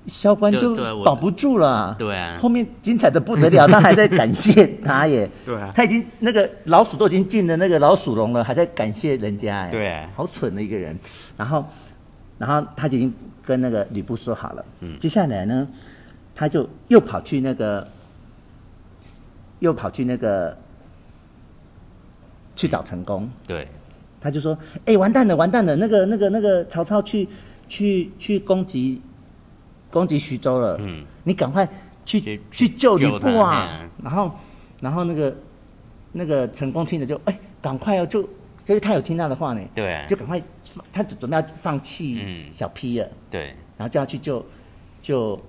S1: 萧关
S2: 对
S1: 就
S2: 对我
S1: 保不住了。
S2: 对啊
S1: 后面精彩的不得了，他还在感谢他耶。
S2: 对啊
S1: 他已经那个老鼠都已经进了那个老鼠笼了，还在感谢人家哎。
S2: 对啊
S1: 好蠢的一个人。然后然后他就已经跟那个吕布说好了。嗯，接下来呢，他就又跑去那个，又跑去那个去找陈宫，
S2: 对
S1: 他就说：“哎、完蛋了，完蛋了，那个那个那个曹操去去去攻击攻击徐州了，
S2: 嗯，
S1: 你赶快去
S2: 去
S1: 去救吕
S2: 救
S1: 布
S2: 他
S1: 啊
S2: 嘿啊！”
S1: 然后然后那个那个陈宫听着就哎，赶快哦，就就是他有听他的话呢，
S2: 对啊
S1: 就赶快放，他准备要放弃
S2: 嗯
S1: 小 P 了。
S2: 对，
S1: 然后就要去救救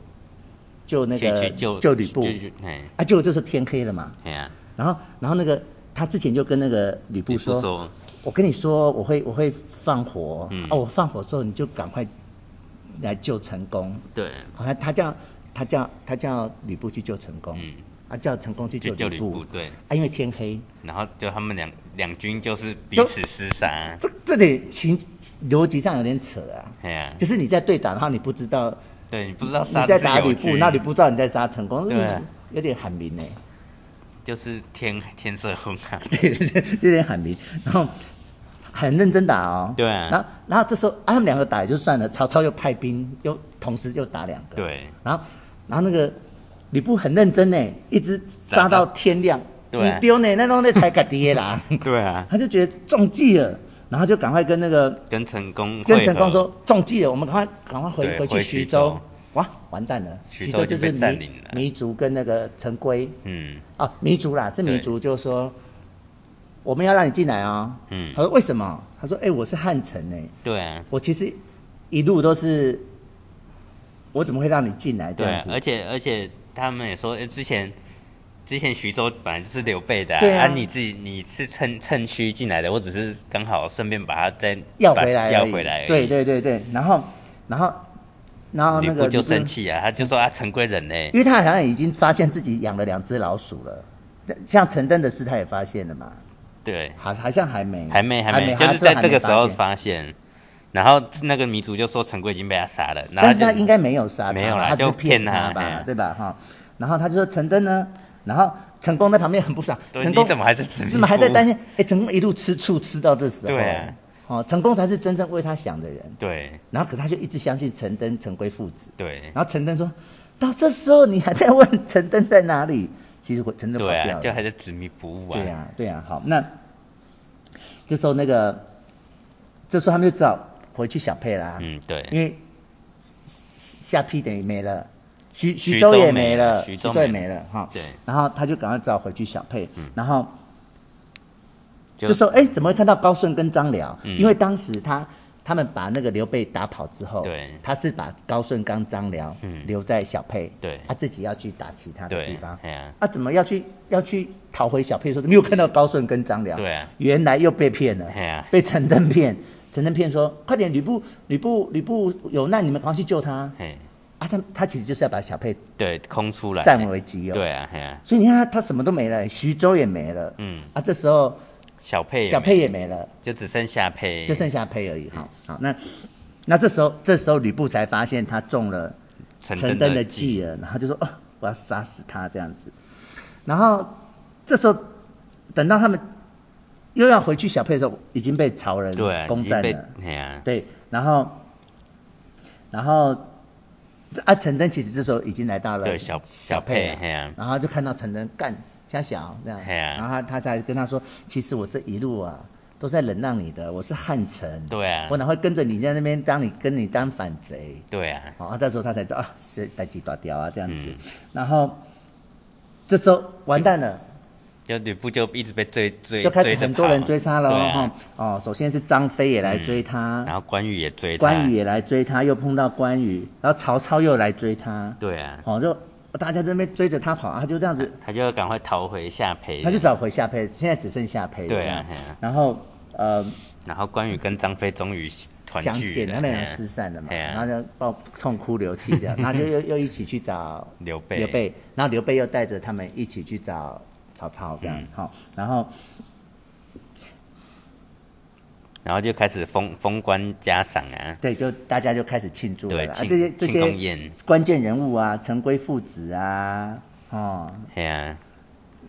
S1: 救那
S2: 去
S1: 个
S2: 去救
S1: 救吕布
S2: 就就嘿，
S1: 啊，救这时候天黑了嘛，
S2: 嘿啊，
S1: 然后然后那个他之前就跟那个吕布
S2: 不
S1: 说，
S2: 说，
S1: 我跟你说我会我会放火、
S2: 嗯
S1: 啊，我放火之后你就赶快来救成功，
S2: 对，
S1: 好像他叫他叫他叫吕布去救成功，
S2: 嗯
S1: 啊叫成功去
S2: 就
S1: 救
S2: 救
S1: 吕
S2: 吕
S1: 布，
S2: 布，对，
S1: 啊因为天黑，
S2: 然后就他们两两军就是彼
S1: 就
S2: 此厮杀，
S1: 这这点情逻辑上有点扯啊，
S2: 嘿啊，
S1: 就是你在对打，然后你不知道
S2: 对你不知道杀
S1: 你
S2: 的
S1: 在
S2: 是
S1: 打
S2: 友
S1: 吕布，
S2: 军
S1: 那吕布知道你在杀成功，
S2: 对啊
S1: 有点喊明呢、
S2: 就是天天色昏暗，
S1: 对对对，就有点喊明，然后很认真打哦。
S2: 对啊
S1: 然后然后这时候、啊、他们两个打也就算了，曹操又派兵，又同时又打两个。。
S2: 对
S1: 然后然后那个吕布很认真呢，一直杀到天亮。
S2: 对啊
S1: 你丢呢，那弄那台卡爹啦，
S2: 对啊，
S1: 他就觉得中计了，然后就赶快跟那个
S2: 跟成功
S1: 跟
S2: 会
S1: 陈宫
S2: 合
S1: 说中计了，我们赶快赶快回
S2: 对
S1: 回去
S2: 回
S1: 徐
S2: 徐
S1: 州
S2: 州。
S1: 哇，完蛋了！
S2: 徐
S1: 徐
S2: 州
S1: 州
S2: 已经
S1: 就是
S2: 被占
S1: 糜
S2: 领了
S1: 糜竺跟那个陈规，
S2: 嗯
S1: 啊，糜竺啦，是糜
S2: 对
S1: 竺，就说我们要让你进来啊、哦。
S2: 嗯
S1: 他，说为什么？他说：“哎、我是汉臣呢，
S2: 对啊，
S1: 我其实一路都是，我怎么会让你进来这
S2: 对
S1: 样
S2: 啊，
S1: 子？”
S2: 而且而且他们也说，哎，之前之前徐州本来就是刘备的、
S1: 对啊
S2: 你自己你是趁趁虚进来的，我只是刚好顺便把他再
S1: 要
S2: 把
S1: 回来而已，
S2: 要回来而已，
S1: 对对对对，然后，然后，然后
S2: 吕
S1: 那
S2: 布
S1: 个嗯
S2: 就
S1: 吕布
S2: 生气啊，他就说啊，陈规人呢、
S1: 因为他好像已经发现自己养了两只老鼠了，像陈登的事他也发现了嘛，
S2: 对，
S1: 好，好像还没，
S2: 还没
S1: 还
S2: 没，
S1: 他
S2: 就是
S1: 这还
S2: 在这
S1: 没
S2: 个时候
S1: 发现
S2: 发现，然后那个糜竺就说陈规已经被他杀了，然后
S1: 但是他
S2: 就
S1: 应该没有杀他吧，
S2: 没有啦
S1: 他只是
S2: 就骗
S1: 骗他
S2: 他哎
S1: 吧
S2: 呀，
S1: 对吧？哈，然后他就说陈登呢，然后陈宫在旁边很不爽，
S2: 对
S1: 陈宫
S2: 你怎么还在吃？
S1: 怎么还在担？心？哎，陈宫一路吃醋吃到这时候，
S2: 对啊
S1: 哦，陈宫才是真正为他想的人，
S2: 对
S1: 然后可他就一直相信陈登、陈规父子，
S2: 对
S1: 然后陈登说。到这时候你还在问陈登在哪里？其实我陈登跑
S2: 对
S1: 掉
S2: 啊，
S1: 了。
S2: 就还在执迷不悟啊。
S1: 对呀、对呀、好，那这时候那个，这时候他们就只好回去小沛啦，
S2: 嗯，对，
S1: 因为下批等于没了，徐
S2: 徐
S1: 徐州
S2: 州
S1: 也
S2: 没
S1: 没
S2: 了
S1: 了，
S2: 徐
S1: 徐
S2: 州
S1: 州也
S2: 没
S1: 没了哈。
S2: 对嗯
S1: 然后他就赶快只好回去小沛，然后
S2: 就
S1: 这时候哎，怎么会看到高顺跟张辽？
S2: 嗯
S1: 因为当时他。他们把那个刘备打跑之后，
S2: 对
S1: 他是把高顺刚张辽
S2: 嗯
S1: 留在小沛，
S2: 对
S1: 他自己要去打其他的地
S2: 对
S1: 方，，
S2: 哎呀，
S1: 啊，怎么要去要去讨回小沛说没有看到高顺跟张良？
S2: 对啊
S1: 原来又被骗了，
S2: 嘿啊
S1: 被陈登骗。陈登骗说：“快点，吕布，吕布，吕布有难，你们赶快去救他
S2: 嘿，
S1: 啊！”他他其实就是要把小沛
S2: 对，空出来，
S1: 占为己有。
S2: 对啊，嘿啊，
S1: 所以你看他他什么都没了，徐州也没了，
S2: 嗯，
S1: 啊，这时候
S2: 小配
S1: 小沛也没了，
S2: 就只剩下配，
S1: 就剩下沛而已。好，好，那那这时候这时候吕布才发现他中了。陈登的计了，然后就说哦，我要杀死他这样子。然后这时候等到他们又要回去小沛的时候，已经被曹人
S2: 对啊，
S1: 攻
S2: 已经
S1: 占
S2: 被
S1: 了。，
S2: 嘿啊，
S1: 对，然后然后啊，陈登其实这时候已经来到了
S2: 对小
S1: 小
S2: 小沛嘿啊
S1: 然后就看到陈登干加小这样，
S2: 嘿啊
S1: 然后他他才跟他说，其实我这一路啊。都在忍让你的，我是汉臣，
S2: 对啊
S1: 我哪会跟着你在那边当你跟你当反贼？
S2: 对啊，
S1: 好、啊，这时候他才知道啊，是代际大掉啊这样子，
S2: 嗯
S1: 然后这时候完蛋了，
S2: 就吕布就一直被追追，
S1: 就开始
S2: 追着
S1: 很多人
S2: 跑
S1: 追杀了
S2: 对
S1: 哦、
S2: 啊
S1: 哦，首先是张飞也来追他，
S2: 然后关羽也追他，
S1: 关羽也来追他，又碰到关羽，然后曹操又来追他，
S2: 对啊，
S1: 哦，就大家在那边追着他跑啊，他就这样子，
S2: 他就赶快逃回下邳，
S1: 他就找回下邳，现在只剩下邳了
S2: 对啊
S1: 这样然后呃
S2: 然后关羽跟张飞终于团
S1: 相
S2: 聚
S1: 见，
S2: 了，
S1: 他们
S2: 嘿
S1: 俩
S2: 啊
S1: 失散了嘛，
S2: 嘿啊
S1: 然后就抱痛哭流涕这样，然后就又又一起去找
S2: 啊刘备，
S1: 刘备，然后刘备又带着他们一起去找曹操，这样
S2: 嗯
S1: 好、然后
S2: 然后就开始封封官加赏啊，
S1: 对，就大家就开始庆祝了
S2: 对，
S1: 啦。啊、
S2: 庆
S1: 这些这
S2: 庆功
S1: 些
S2: 宴，
S1: 关键人物啊，陈规父子啊，哦，
S2: 嘿啊，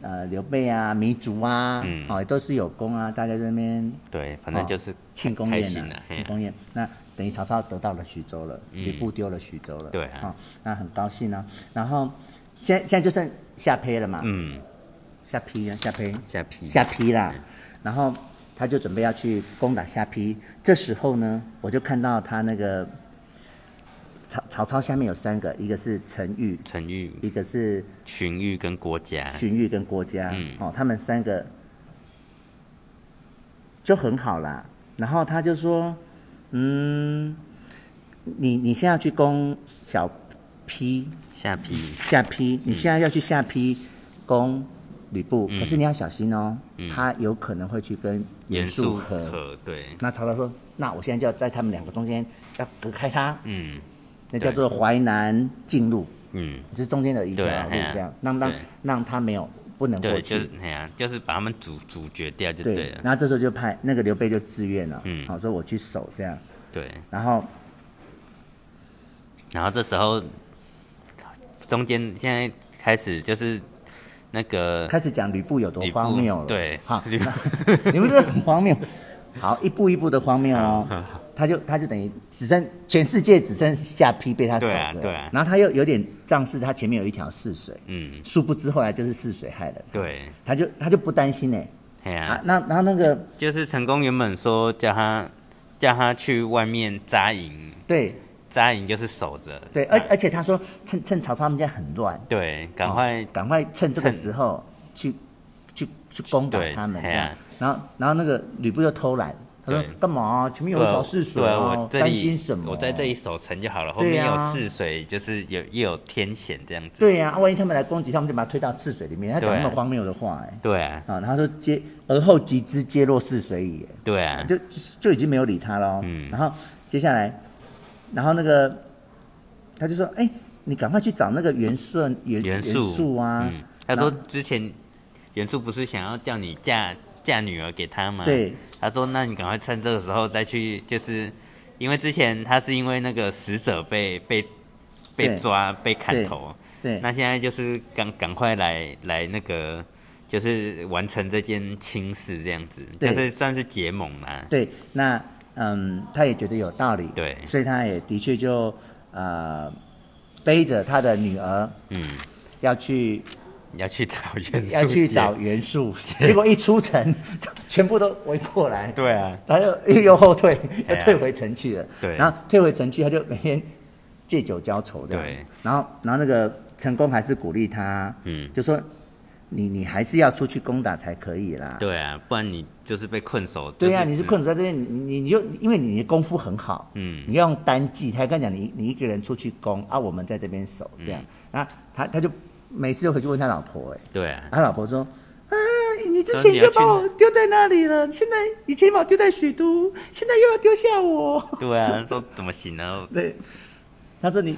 S1: 呃，刘备啊，糜竺啊，
S2: 嗯
S1: 哦，都是有功啊，大家在那边
S2: 对，反正
S1: 哦
S2: 就是
S1: 庆功
S2: 开
S1: 宴
S2: 心
S1: 啊
S2: 啊，，嘿
S1: 庆
S2: 啊
S1: 功宴。那等于曹操得到了徐州了，吕布丢了徐州了，
S2: 对啊
S1: 哦，那很高兴啊。然后现在现在就剩下邳了嘛，
S2: 嗯，
S1: 下邳啊，下邳，
S2: 下邳，
S1: 下邳啦，然后他就准备要去攻打下邳。这时候呢，我就看到他那个曹曹操下面有三个，一个是陈馀，
S2: 陈馀、
S1: 一个是
S2: 荀彧跟郭嘉，
S1: 荀彧跟郭嘉，
S2: 嗯
S1: 哦，他们三个就很好啦。然后他就说，嗯，你你现在要去攻小邳，
S2: 下邳，
S1: 下邳，
S2: 嗯
S1: 你现在要去下邳攻吕布，可是你要小心哦，他有可能会去跟
S2: 嗯严
S1: 袁术
S2: 术
S1: 合。
S2: 和对，
S1: 那曹操说：“那我现在就要在他们两个中间要隔开他，
S2: 嗯
S1: 那
S2: 对
S1: 叫做淮南进路，
S2: 嗯，
S1: 就是中间的一条
S2: 对啊
S1: 路，
S2: 嘿啊
S1: 这样让让
S2: 对
S1: 让他没有不能过
S2: 对，就是
S1: 去。
S2: 哎呀，就是把他们阻阻绝掉就对
S1: 对
S2: 了，，
S1: 然后这时候就派那个刘备就自愿了，
S2: 嗯
S1: 好说我去守这样。
S2: 对，
S1: 然后
S2: 然后这时候中间现在开始就是那个
S1: 开始讲吕布有多
S2: 吕布
S1: 荒谬了，
S2: 对
S1: 好，
S2: 吕布
S1: 那 你们这很荒谬。好，一步一步的荒谬哦
S2: 好，
S1: 他就他就等于只剩全世界只剩下批被他守
S2: 对
S1: 着，
S2: 啊对啊
S1: 然后他又有点仗势，他前面有一条泗水，
S2: 嗯，
S1: 殊不知后来就是泗水害了他，
S2: 对，
S1: 他就他就不担心呢、
S2: 哎呀、
S1: 啊，那然后那个
S2: 就是成功原本说叫他叫他去外面扎营，
S1: 对
S2: 扎营就是守着，
S1: 对，而
S2: 啊
S1: 而且他说趁趁曹操他们家很乱，
S2: 对，赶
S1: 哦
S2: 快、
S1: 赶快趁这个
S2: 趁
S1: 时候去去去攻打
S2: 对
S1: 他们，
S2: 嘿
S1: 这
S2: 啊
S1: 样。然后然后那个吕布就偷懒，他说
S2: 对
S1: 干嘛？前面有
S2: 对
S1: 一
S2: 啊
S1: 条泗水
S2: 对啊，
S1: 啊
S2: 我，这
S1: 担
S2: 里
S1: 心什么？
S2: 我在这里。守城就好了，后
S1: 对
S2: 面有
S1: 啊
S2: 泗水，就是有又有天险这样子，
S1: 对呀、啊，万一他们来攻击，他们就把他推到泗水里面。他讲
S2: 对啊
S1: 那么荒谬的话、哎
S2: 对啊，
S1: 啊，然后说接而后及之皆落泗水矣，哎
S2: 对啊，
S1: 就就已经没有理他了。哦
S2: 嗯
S1: 然后接下来，然后那个他就说，哎、你赶快去找那个袁顺袁
S2: 袁术
S1: 术啊，
S2: 嗯，他说
S1: 然后
S2: 之前袁术不是想要叫你嫁嫁女儿给他吗？
S1: 对，
S2: 他说那你赶快趁这个时候再去，就是因为之前他是因为那个死者被被被
S1: 对
S2: 抓被砍
S1: 对
S2: 头，
S1: 对
S2: 那现在就是赶赶快来来那个。就是完成这件亲事，这样子，
S1: 对
S2: 就是算是结盟啦。
S1: 对，那嗯，他也觉得有道理，
S2: 对
S1: 所以他也的确就呃背着他的女儿，嗯，要去
S2: 要去找 元素，
S1: 要去找，元素， 结果一出城，全部都围过来，
S2: 对啊，
S1: 然后又 又后退，
S2: 哎
S1: 又
S2: 呀
S1: 退回城去了。
S2: 对
S1: 然后退回城去，他就每天借酒浇愁这样。
S2: 对，
S1: 然后然后那个成功还是鼓励他，
S2: 嗯
S1: 就说你你还是要出去攻打才可以啦。
S2: 对啊，不然你就是被困守，
S1: 对
S2: 呀、
S1: 呀、你是困，守在这边，你你你就因为你的功夫很好，
S2: 嗯
S1: 你要用单技，他刚讲你你一个人出去攻啊，我们在这边守这样，
S2: 嗯
S1: 啊，他他就每次都回去问他老婆、哎，
S2: 对啊，
S1: 他老婆说：“啊，你之
S2: 说你
S1: 前
S2: 要
S1: 就
S2: 去
S1: 把我丢在那里了，现在以前把我丢在许都，现在又要丢下我。
S2: 对啊，说怎么行呢”？
S1: 对，他说你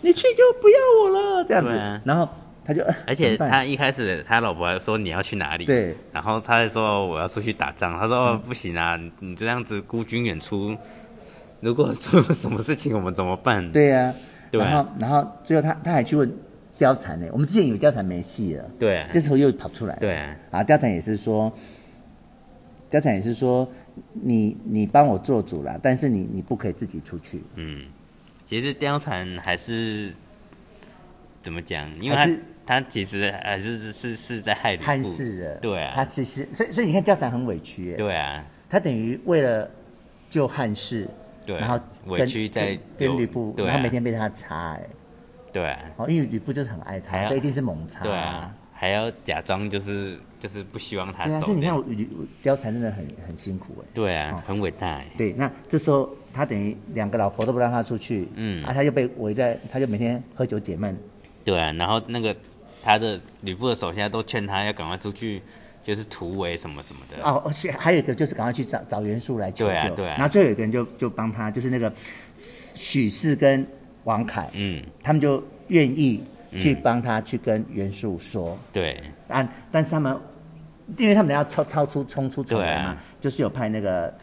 S1: 你去就不要我了这样子，
S2: 对啊
S1: 然后他就呃
S2: 而且
S1: 怎么办
S2: 他一开始他老婆还说你要去哪里，
S1: 对，嗯
S2: 然后他还说我要出去打仗，他说、哦、不行啊，你你这样子孤军远出，如果出了什么事情我们怎么办？，
S1: 对呀、
S2: 对
S1: 然后然后最后他他还去问貂蝉呢、我们之前有貂蝉没戏了，
S2: 对啊
S1: 这时候又跑出来了，
S2: 对啊
S1: 啊，貂蝉也是说，貂蝉也是说，你你帮我做主了，但是你你不可以自己出去，
S2: 嗯，其实貂蝉还是怎么讲？因
S1: 还
S2: 为
S1: 是
S2: 他他其实还是是是在害吕布
S1: 汉室的，
S2: 对啊
S1: 他其实所以所以你看貂蝉很委屈、欸，
S2: 对啊，
S1: 他等于为了救汉室，
S2: 对
S1: 然后
S2: 委
S1: 跟
S2: 屈在
S1: 跟跟
S2: 有
S1: 吕布，
S2: 对啊
S1: 然后每天被他插、欸，
S2: 对啊，
S1: 哦，因为吕布就是很爱
S2: 还
S1: 他，
S2: 要
S1: 所以一定是猛插，
S2: 哎对啊，还要假装就是就是不希望他
S1: 对啊，
S2: 走
S1: 所以你
S2: 这
S1: 看
S2: 样，
S1: 我吕貂蝉真的很很辛苦哎、
S2: 对啊，很伟大欸，
S1: 对，那这时候他等于两个老婆都不让他出去，
S2: 嗯
S1: 啊，他就被围在，他就每天喝酒解闷，
S2: 对啊，然后那个他的吕布的手下都劝他要赶快出去，就是突围什么什么的，
S1: 哦，而且还有一个就是赶快去找找袁术来求救，
S2: 对啊对啊
S1: 然后最后有一个人就就帮他，就是那个许氏跟王凯，
S2: 嗯，
S1: 他们就愿意去帮他去跟袁术说，
S2: 对
S1: 啊，但是他们因为他们要超超出冲出重来嘛，
S2: 对啊
S1: 就是有派那个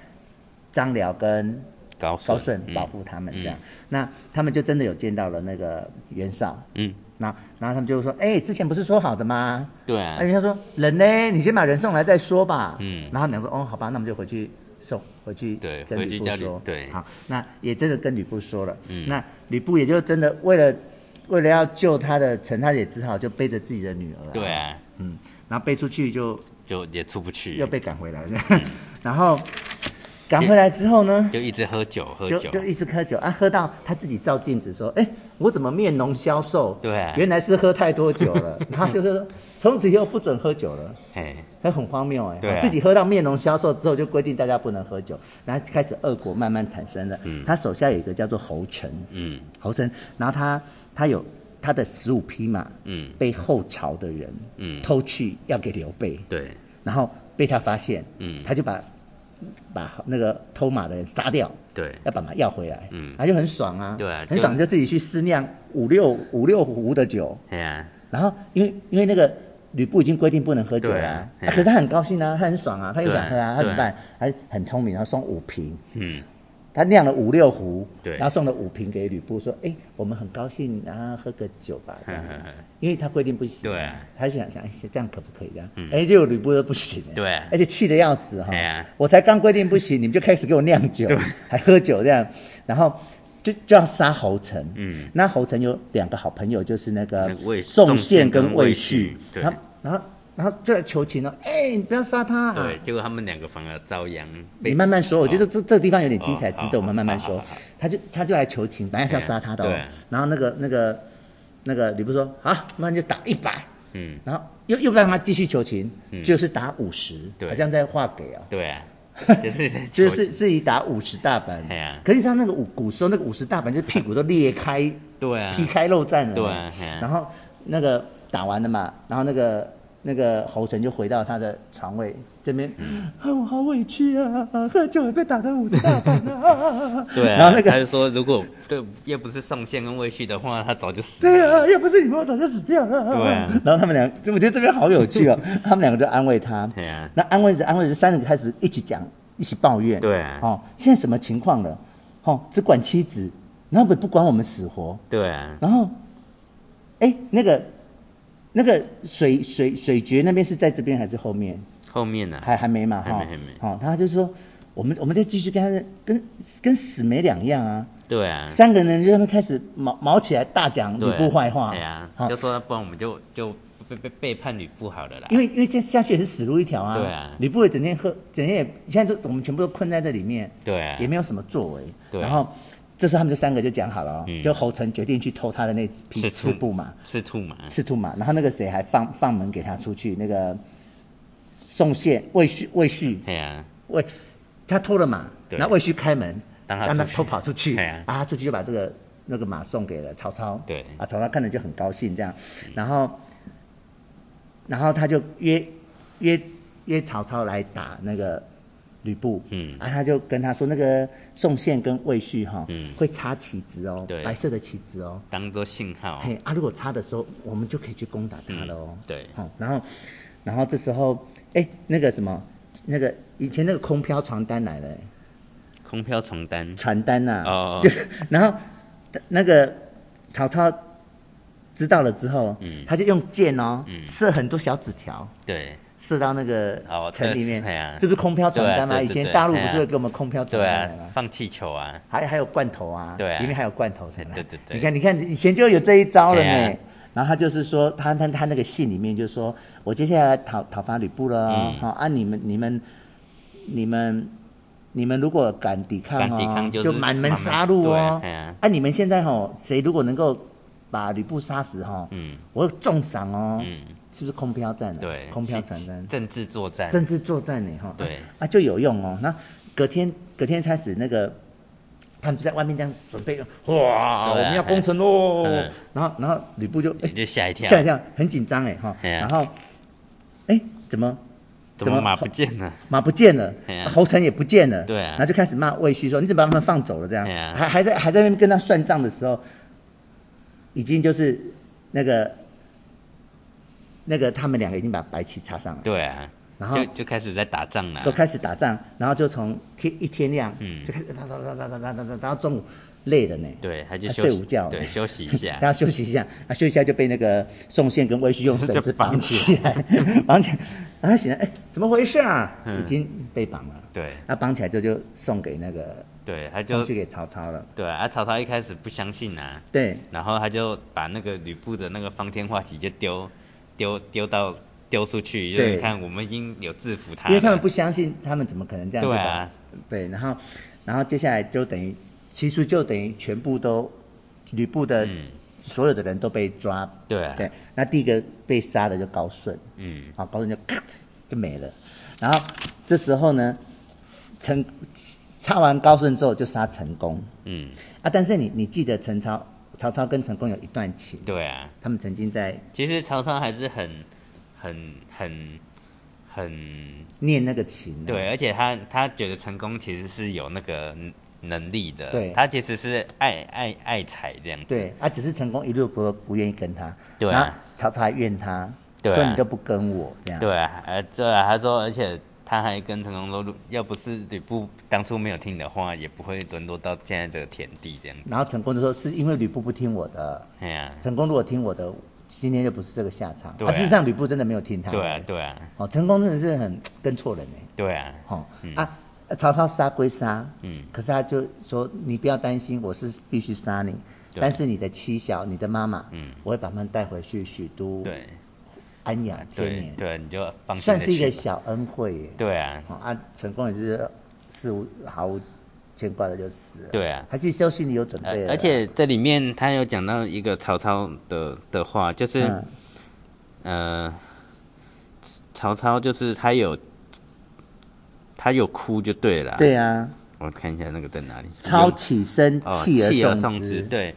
S1: 张辽跟
S2: 高
S1: 高顺保
S2: 嗯
S1: 护他们这样，那他们就真的有见到了那个袁绍。
S2: 嗯，
S1: 那然后他们就说：“哎、之前不是说好的吗？”
S2: 对
S1: 哎、
S2: 啊，
S1: 人家说：“人呢？你先把人送来再说吧。”
S2: 嗯
S1: 然后他们俩说：“哦，好吧，那我们就回去送，回去
S2: 对
S1: 跟
S2: 回
S1: 吕
S2: 去
S1: 布
S2: 叫吕
S1: 说。”
S2: 对
S1: 好，那也真的跟吕布说了。嗯，那吕布也就真的为了为了要救他的城，他也只好就背着自己的女儿、
S2: 对，啊，
S1: 嗯，然后背出去就
S2: 就也出不去
S1: 又，被赶回来了。
S2: 嗯
S1: 然后赶回来之后呢？
S2: 就一直喝酒喝
S1: 就
S2: 酒，
S1: 就一直喝酒啊，喝到他自己照镜子说：“哎、我怎么面容消瘦？
S2: 对啊
S1: 原来是喝太多酒了。”然后就是说，从此以后不准喝酒了，
S2: 嘿，
S1: 那很荒谬哎、
S2: 对啊
S1: 自己喝到面容消瘦之后，就规定大家不能喝酒，然后开始恶果慢慢产生了。他手下有一个叫做侯成，
S2: 嗯
S1: 侯成，然后他他有他的十五匹马，
S2: 嗯，
S1: 被后朝的人
S2: 嗯
S1: 偷去要给刘备，
S2: 对，
S1: 然后被他发现，
S2: 嗯
S1: 他就把把那个偷马的人杀掉。
S2: 对
S1: 要把它要回来，
S2: 嗯
S1: 他就很爽啊，
S2: 对啊
S1: 很爽，
S2: 就
S1: 就自己去私酿五六五六壶的酒，
S2: 哎呀，
S1: 然后因为因为那个吕布已经规定不能喝酒了、
S2: 对啊
S1: 啊
S2: 嘿啊
S1: 可是他很高兴啊，他很爽啊，他又想喝啊，他怎
S2: 对啊
S1: 么办？他很聪明，然后送五瓶，
S2: 嗯，
S1: 他酿了五六壶，
S2: 对
S1: 然后送了五瓶给吕布，说，哎，我们很高兴，啊，喝个酒吧， 这
S2: 呵
S1: 样
S2: 呵呵
S1: 因为他规定不行，
S2: 对嗯啊，
S1: 他就想想，哎，这样可不可以这样？哎、结果吕布说不行、哎
S2: 对啊
S1: 而且气得要死哈、
S2: 哎呀
S1: 我才刚规定不行，你们就开始给我酿酒，还喝酒这样，然后就就要杀侯成，嗯，那侯成有两个好朋友，就是那个
S2: 那个魏
S1: 宋
S2: 宋
S1: 宪
S2: 宪跟
S1: 跟魏
S2: 魏
S1: 续
S2: 续，对
S1: 然后然后然后就来求情了，哎，你不要杀他、啊，
S2: 对，结果他们两个反而遭殃，被
S1: 你慢慢说，我觉得这这个地方有点精彩，
S2: 哦
S1: 值得我们慢慢
S2: 好
S1: 说
S2: 好好。
S1: 他就他就来求情，本来是要杀他的、哦
S2: 对啊对啊
S1: 然后那个那个那个吕布说好，那你就打一百，
S2: 嗯，
S1: 然后又又让他继续求情，就是打五十，
S2: 对
S1: 好像在画给啊、
S2: 对啊，就是
S1: 就是是以打五十大板
S2: 哎呀，
S1: 可是他那个古古时候那个五十大板就是屁股都裂开，
S2: 对啊，
S1: 劈开肉绽了，
S2: 对啊哎呀，
S1: 然后那个打完了嘛，然后那个那个侯成就回到他的床位这边，啊，我好委屈啊，喝酒也被打成五十大板了、啊
S2: 对啊，
S1: 然后那
S2: 他
S1: 个。
S2: 就说如果对要不是宋宪跟魏续的话，他早就死
S1: 对
S2: 了，
S1: 啊，要不是你们，我早就死掉了。
S2: 对啊
S1: 然后他们两个，我觉得这边好有 趣哦。他们两个就安慰他，
S2: 对啊
S1: 那安慰着安慰着，三人开始一起讲，一起抱怨。
S2: 对啊
S1: 哦，现在什么情况了？哦，只管妻子，然后不不管我们死活。
S2: 对啊，
S1: 然后，哎，那个那个水水水爵那边是在这边还是后面？
S2: 后面呢、啊
S1: 还还没嘛
S2: 还
S1: 哈
S2: 没还没，
S1: 哦，他就说我们我们再继续跟他跟跟死没两样啊。
S2: 对啊，
S1: 三个人就在那边开始毛毛起来，大讲吕
S2: 对啊
S1: 布坏话。哦
S2: 对啊，
S1: 好
S2: 就说不然我们就就被被背叛吕布好了啦
S1: 因。为因为这下去也是死路一条啊。
S2: 对啊
S1: 吕布也整天喝，整天也现在都我们全部都困在这里面，
S2: 对啊
S1: 也，没有什么作为。
S2: 对
S1: 然后这时候他们就三个就讲好了、哦，
S2: 嗯
S1: 就侯成决定去偷他的那匹
S2: 赤兔
S1: 赤布嘛，
S2: 赤兔嘛，
S1: 赤兔马，然后那个谁还放放门给他出去，那个宋宪魏续魏续
S2: 对啊，
S1: 魏，他偷了马，
S2: 对
S1: 然后魏续开门，
S2: 让他
S1: 让他
S2: 出去
S1: 偷跑出去，
S2: 哎呀
S1: 啊，他出去就把这个那个马送给了曹操，
S2: 对
S1: 啊，曹操看了就很高兴这样，然后，然后他就约约约曹操来打那个吕布，
S2: 嗯
S1: 啊，他就跟他说那个宋宪跟魏续哈，
S2: 嗯
S1: 会插旗子哦，
S2: 对
S1: 白色的旗子哦，
S2: 当做信号。
S1: 嘿啊，如果插的时候，我们就可以去攻打他了哦。
S2: 嗯对
S1: 好、然后，然后这时候，哎，那个什么，那个以前那个空飘传单来了，哎
S2: 空飘床单，
S1: 传单呐、
S2: 哦
S1: 就 然后那个曹操知道了之后，
S2: 嗯
S1: 他就用箭哦，射很多小纸条。
S2: 对
S1: 射到那个
S2: 哦
S1: 城里面，
S2: 对是啊
S1: 这不是空飘传单吗？
S2: 对啊对
S1: 以前
S2: 对对
S1: 大陆不是
S2: 哎呀
S1: 会给我们空飘传
S2: 对
S1: 单来吗
S2: 啊？，放气球啊，
S1: 还还有罐头啊，
S2: 对啊
S1: 里面还有罐头什么的。
S2: 对对对
S1: 你看，你看，以前就有这一招了
S2: 对
S1: 呢
S2: 啊。
S1: 然后他就是说，他他他那个信里面就说，我接下来讨讨伐吕布了哦，
S2: 嗯
S1: 好、啊，你们你们你们你们如果敢抵抗、哦，
S2: 敢抵抗就是
S1: 满门杀戮哦
S2: 满门。对啊
S1: 啊，你们现在哈、哦，谁如果能够把吕布杀死哈、哦，
S2: 嗯
S1: 我有重赏哦，
S2: 嗯，
S1: 是不是空飘战、啊？
S2: 对，
S1: 空飘
S2: 气
S1: 传单。
S2: 政治作战，
S1: 政治作战呢，哈，
S2: 对
S1: 啊啊就有用哦。那隔天隔天开始那个。他们就在外面这样准备，哇！我
S2: 对啊
S1: 们要攻城喽
S2: 嗯！
S1: 然后，然后吕布就哎
S2: 就吓一跳，
S1: 吓一跳，很紧张哎哈。
S2: 啊嘿啊
S1: 然后，哎，怎么
S2: 怎么
S1: 怎么
S2: 马不见了？
S1: 马不见了
S2: 嘿，啊
S1: 侯成也不见了？
S2: 对啊
S1: 然后就开始骂魏续说：“你怎么把他们放走了？”这样
S2: 嘿，啊
S1: 还还在还在那边跟他算账的时候，已经就是那个那个他们两个已经把白旗插上了。
S2: 对啊，
S1: 然后
S2: 就就开始在打仗了
S1: 都，开始打仗，然后就从天一天亮，
S2: 嗯
S1: 就开始打打打打打打打打打到中午累了呢，
S2: 对，他就
S1: 啊
S2: 休
S1: 睡
S2: 息
S1: 午觉
S2: 对，休息一
S1: 大
S2: 下，
S1: 家休息一下，啊，休息一下就被那个宋宪跟魏续用绳子
S2: 就绑
S1: 绑起来，绑起来，然后他醒来，哎，怎么回事啊？已经被绑了，
S2: 对
S1: 那绑起来就就送给那个
S2: 对，他
S1: 送
S2: 就
S1: 去给曹操了，
S2: 对啊，曹操一开始不相信啊，
S1: 对，
S2: 然后他就把那个吕布的那个方天画戟就丢丢丢到丢出去，就
S1: 对
S2: 是看我们已经有制服他了，
S1: 因为他们不相信，他们怎么可能这样子
S2: 对
S1: 把
S2: 啊，
S1: 对，然后，然后接下来就等于，其实就等于全部都，吕布的
S2: 嗯
S1: 所有的人都被抓，
S2: 对啊
S1: 对，那第一个被杀的就高顺，
S2: 嗯，
S1: 啊，高顺就咔就没了，然后这时候呢，陈杀完高顺之后就杀陈宫，
S2: 嗯，
S1: 啊，但是你你记得陈超曹操跟陈宫有一段情，
S2: 对啊，
S1: 他们曾经在
S2: 其实曹操还是很很很很
S1: 念那个情、啊，
S2: 对，而且他他觉得成功其实是有那个能力的，
S1: 对
S2: 他其实是爱爱爱财这样子，
S1: 对，啊，只是陈宫一路不不愿意跟他，
S2: 对啊
S1: 然后曹操还怨他，
S2: 对啊
S1: 说你都不跟我这样，
S2: 对啊，呃，对啊，他说，而且他还跟成龙说，如要不是吕布当初没有听你的话，也不会沦落到现在这个田地这样子。
S1: 然后陈宫就说是因为吕布不听我的，
S2: 哎呀、
S1: 陈宫如果听我的，今天就不是这个下场。
S2: 对啊
S1: 事实上吕布真的没有听他。
S2: 对啊，对啊，
S1: 哦，陈宫真的是很跟错人哎，
S2: 对啊，
S1: 哦、啊，曹操杀归杀，嗯，可是他就说你不要担心，我是必须杀你，
S2: 对
S1: 但是你的妻小，你的妈妈，嗯，我会把他们带回去许都，
S2: 对，
S1: 安养天
S2: 对
S1: 年，，
S2: 对，啊你就放心
S1: 算
S2: 的
S1: 是一
S2: 去
S1: 个
S2: 吧。
S1: 小恩惠耶。
S2: 对啊，
S1: 哦啊，陈宫也是事无毫无牵挂的就死了。
S2: 对啊。
S1: 他其实都心里有准备了
S2: 呃，而且这里面他有讲到一个曹操的的话，就是、
S1: 嗯
S2: 呃，曹操就是他有他有哭就对了。，
S1: 对啊，
S2: 我看一下那个在哪里。
S1: 操起身，
S2: 哦，
S1: 弃
S2: 弃
S1: 而
S2: 而
S1: 送
S2: 送
S1: 之。
S2: 对，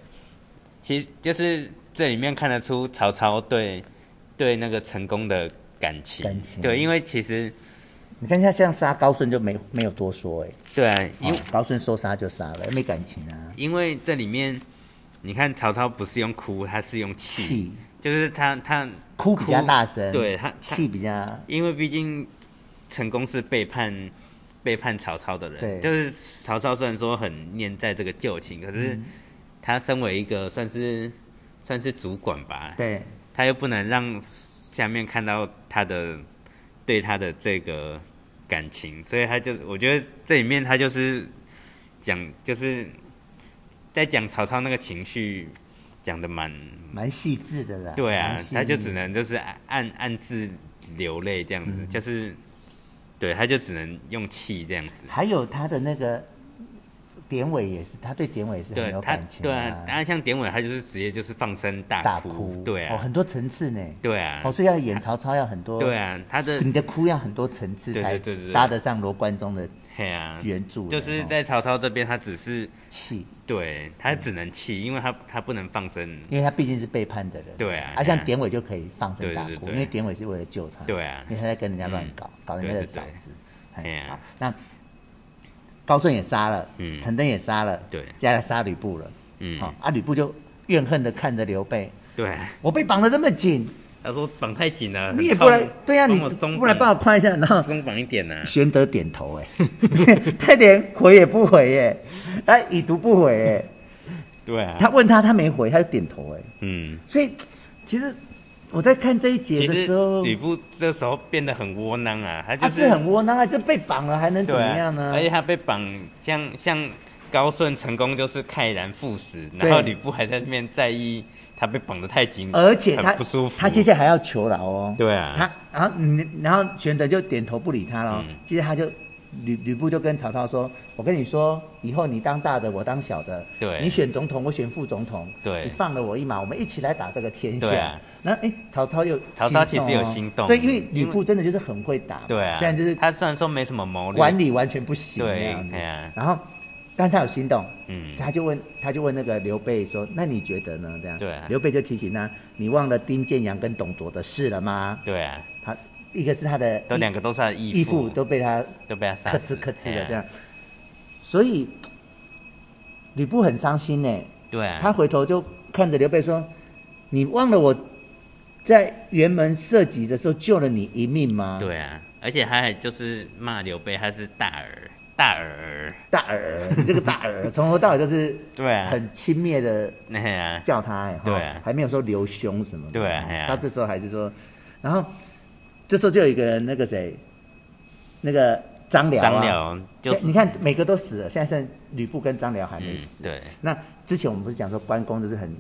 S2: 其实就是这里面看得出曹操对对那个成功的感情，
S1: 感情
S2: 对，因为其实
S1: 你看像像杀高顺就没没有多说哎、
S2: 对啊、因
S1: 因为高顺说杀就杀了，没感情啊。
S2: 因为这里面你看曹操不是用哭，他是用气，
S1: 气
S2: 就是他他
S1: 哭比较大声，
S2: 对他
S1: 气比较
S2: 因为毕竟成功是背叛背叛曹操的人，
S1: 对
S2: 就是曹操虽然说很念在这个旧情，可是他身为一个算是算是主管吧，
S1: 对
S2: 他又不能让下面看到他的对他的这个感情，所以他就我觉得这里面他就是讲就是在讲曹操那个情绪，讲的蛮
S1: 蛮细致的啦。
S2: 对啊
S1: 蛮，细腻
S2: 他就只能就是暗暗自流泪这样子，
S1: 嗯
S2: 就是对，他就只能用气这样子。
S1: 还有他的那个典韦也是，他对典韦也是很
S2: 对
S1: 有
S2: 他
S1: 感，情、
S2: 对啊，然后像典韦，他就是直接就是放声大
S1: 大
S2: 哭，
S1: 哭，
S2: 对
S1: 哦，
S2: 啊，
S1: 很多层次呢。
S2: 对啊
S1: 哦，，所以要演曹操要很多，
S2: 对啊，他的
S1: 你的哭要很多层次
S2: 对对
S1: 才
S2: 对对对
S1: 搭得上罗贯中的
S2: 嘿啊，
S1: 原著呢，
S2: 就是
S1: 哦
S2: 在曹操这边，他只是
S1: 气，
S2: 对他只能气，因为他他不能放声，
S1: 因为他毕竟是背叛的人，
S2: 对啊
S1: 啊，像
S2: 对啊
S1: 典韦就可以放声大
S2: 对对
S1: 哭，
S2: 对对
S1: 因为典韦是为了救他，
S2: 对啊
S1: 因为他在跟人家乱搞，搞人家的
S2: 对对
S1: 嫂
S2: 嗯对
S1: 子，
S2: 哎
S1: 哎，
S2: 呀
S1: 好，那高顺也杀了，
S2: 嗯
S1: 陈登也杀了，
S2: 对
S1: 现在杀吕布了，
S2: 嗯，
S1: 好，啊，吕布就怨恨的看着刘备，
S2: 对啊，
S1: 我被绑得这么紧，
S2: 他说绑太紧了，
S1: 你也
S2: 很
S1: 不来
S2: 痛，
S1: 对呀，你
S2: 帮我松
S1: 不来帮我宽一下，然后
S2: 松绑一点啊呐，
S1: 玄德点头，哎， 他连回也不回，耶，他已读不回，哎，
S2: 对啊，
S1: 他问他，他没回，他就点头，哎，
S2: 嗯，
S1: 所以其实我在看这一
S2: 其
S1: 节的
S2: 实
S1: 时候，
S2: 吕布这时候变得很窝囊啊，他
S1: 他
S2: 就是
S1: 很窝囊啊，就被绑了，还能怎
S2: 对
S1: 么
S2: 啊
S1: 样呢
S2: 而？且他被绑，像像高顺成功就是慨然赴死，然后
S1: 对
S2: 吕布还在那边在意他被绑得太紧，
S1: 而且他
S2: 嗯很不舒服，
S1: 他接下来还要求饶哦，
S2: 对啊
S1: 他然后嗯然后玄德就点头不理他了，
S2: 嗯
S1: 接着他就。吕吕布就跟曹操说：“我跟你说，以后你当大的，我当小的。
S2: 对
S1: 你选总统，我选副总统。
S2: 对
S1: 你放了我一马，我们一起来打这个天下。
S2: 对啊
S1: 然后哎，曹操又
S2: 曹操
S1: 动哦
S2: 其实有心动
S1: 对，因为
S2: 因
S1: 吕
S2: 为
S1: 布真的就是很会打嘛，
S2: 对啊，
S1: 虽然就是
S2: 他虽然说没什么谋略，
S1: 管理完全不行那
S2: 对
S1: 样子
S2: 哎呀
S1: 然后，但他有心动，
S2: 嗯
S1: 他就问他就问那个刘备说：“那你觉得呢？”这样，
S2: 对啊
S1: 刘备就提醒他：“你忘了丁建阳跟董卓的事了吗
S2: 对啊，？”
S1: 他一个是他的
S2: 都两个都是他的
S1: 义
S2: 义
S1: 父都被他
S2: 都被他杀
S1: 克
S2: 死，
S1: 哧克哧
S2: 哎
S1: 的
S2: 呀
S1: 这样，所以吕布很伤心呢。
S2: 对啊，
S1: 他回头就看着刘备说：“你忘了我在辕门射戟的时候救了你一命吗？”
S2: 对啊，而且他还就是骂刘备他是大耳大耳儿，
S1: 大耳，你这个大耳，从头到尾都 是
S2: 对啊，
S1: 很轻蔑的
S2: 那呀、
S1: 叫他哎，哈
S2: 对啊
S1: 还没有说留兄什么的，
S2: 对啊
S1: 哈
S2: 哎呀
S1: 他这时候还是说，然后这时候就有一个人，那个谁，那个张辽、啊，
S2: 张辽就
S1: 现你看每个都死了，现在剩吕布跟张辽还没
S2: 嗯
S1: 死，
S2: 对，
S1: 那之前我们不是讲说关公就是很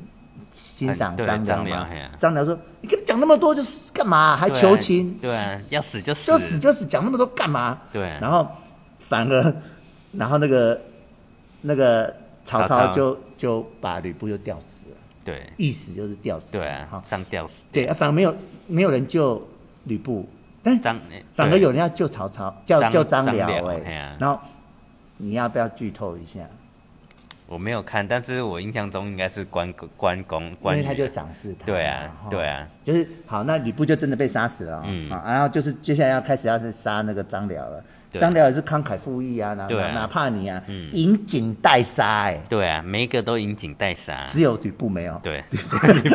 S1: 欣赏
S2: 很对
S1: 张辽
S2: 张辽
S1: 吗
S2: 哎呀？
S1: 张辽说：“你跟你讲那么多就是干嘛？还
S2: 对啊
S1: 求情？
S2: 对啊，要死就死，
S1: 就死就死，讲那么多干嘛？”
S2: 对啊
S1: 然后反而，然后那个那个曹
S2: 曹
S1: 操
S2: 操
S1: 就就把吕布就吊死了，
S2: 对
S1: 意思就是吊死了。
S2: 对啊
S1: 哈，，
S2: 上吊死，
S1: 对，啊反而没有没有人救吕布，但
S2: 张
S1: 反而有人
S2: 对
S1: 要救曹操，叫
S2: 张
S1: 叫张
S2: 张
S1: 辽
S2: 辽嘿
S1: 哎
S2: 啊。
S1: 然后你要不要剧透一下？
S2: 我没有看，但是我印象中应该是关关公
S1: 因
S2: 关
S1: 为
S2: 羽，
S1: 他就赏识他嘛。
S2: 对啊
S1: 哈
S2: 对啊，
S1: 就是好，那吕布就真的被杀死了、哦。嗯，然后就是接下来要开始要是杀那个张辽了。
S2: 对
S1: 张辽也是慷慨赴义啊，哪
S2: 对啊
S1: 哪哪怕你啊，引颈待杀哎、
S2: 对啊，每一个都引颈待杀，
S1: 只有吕布没有。
S2: 对，
S1: 吕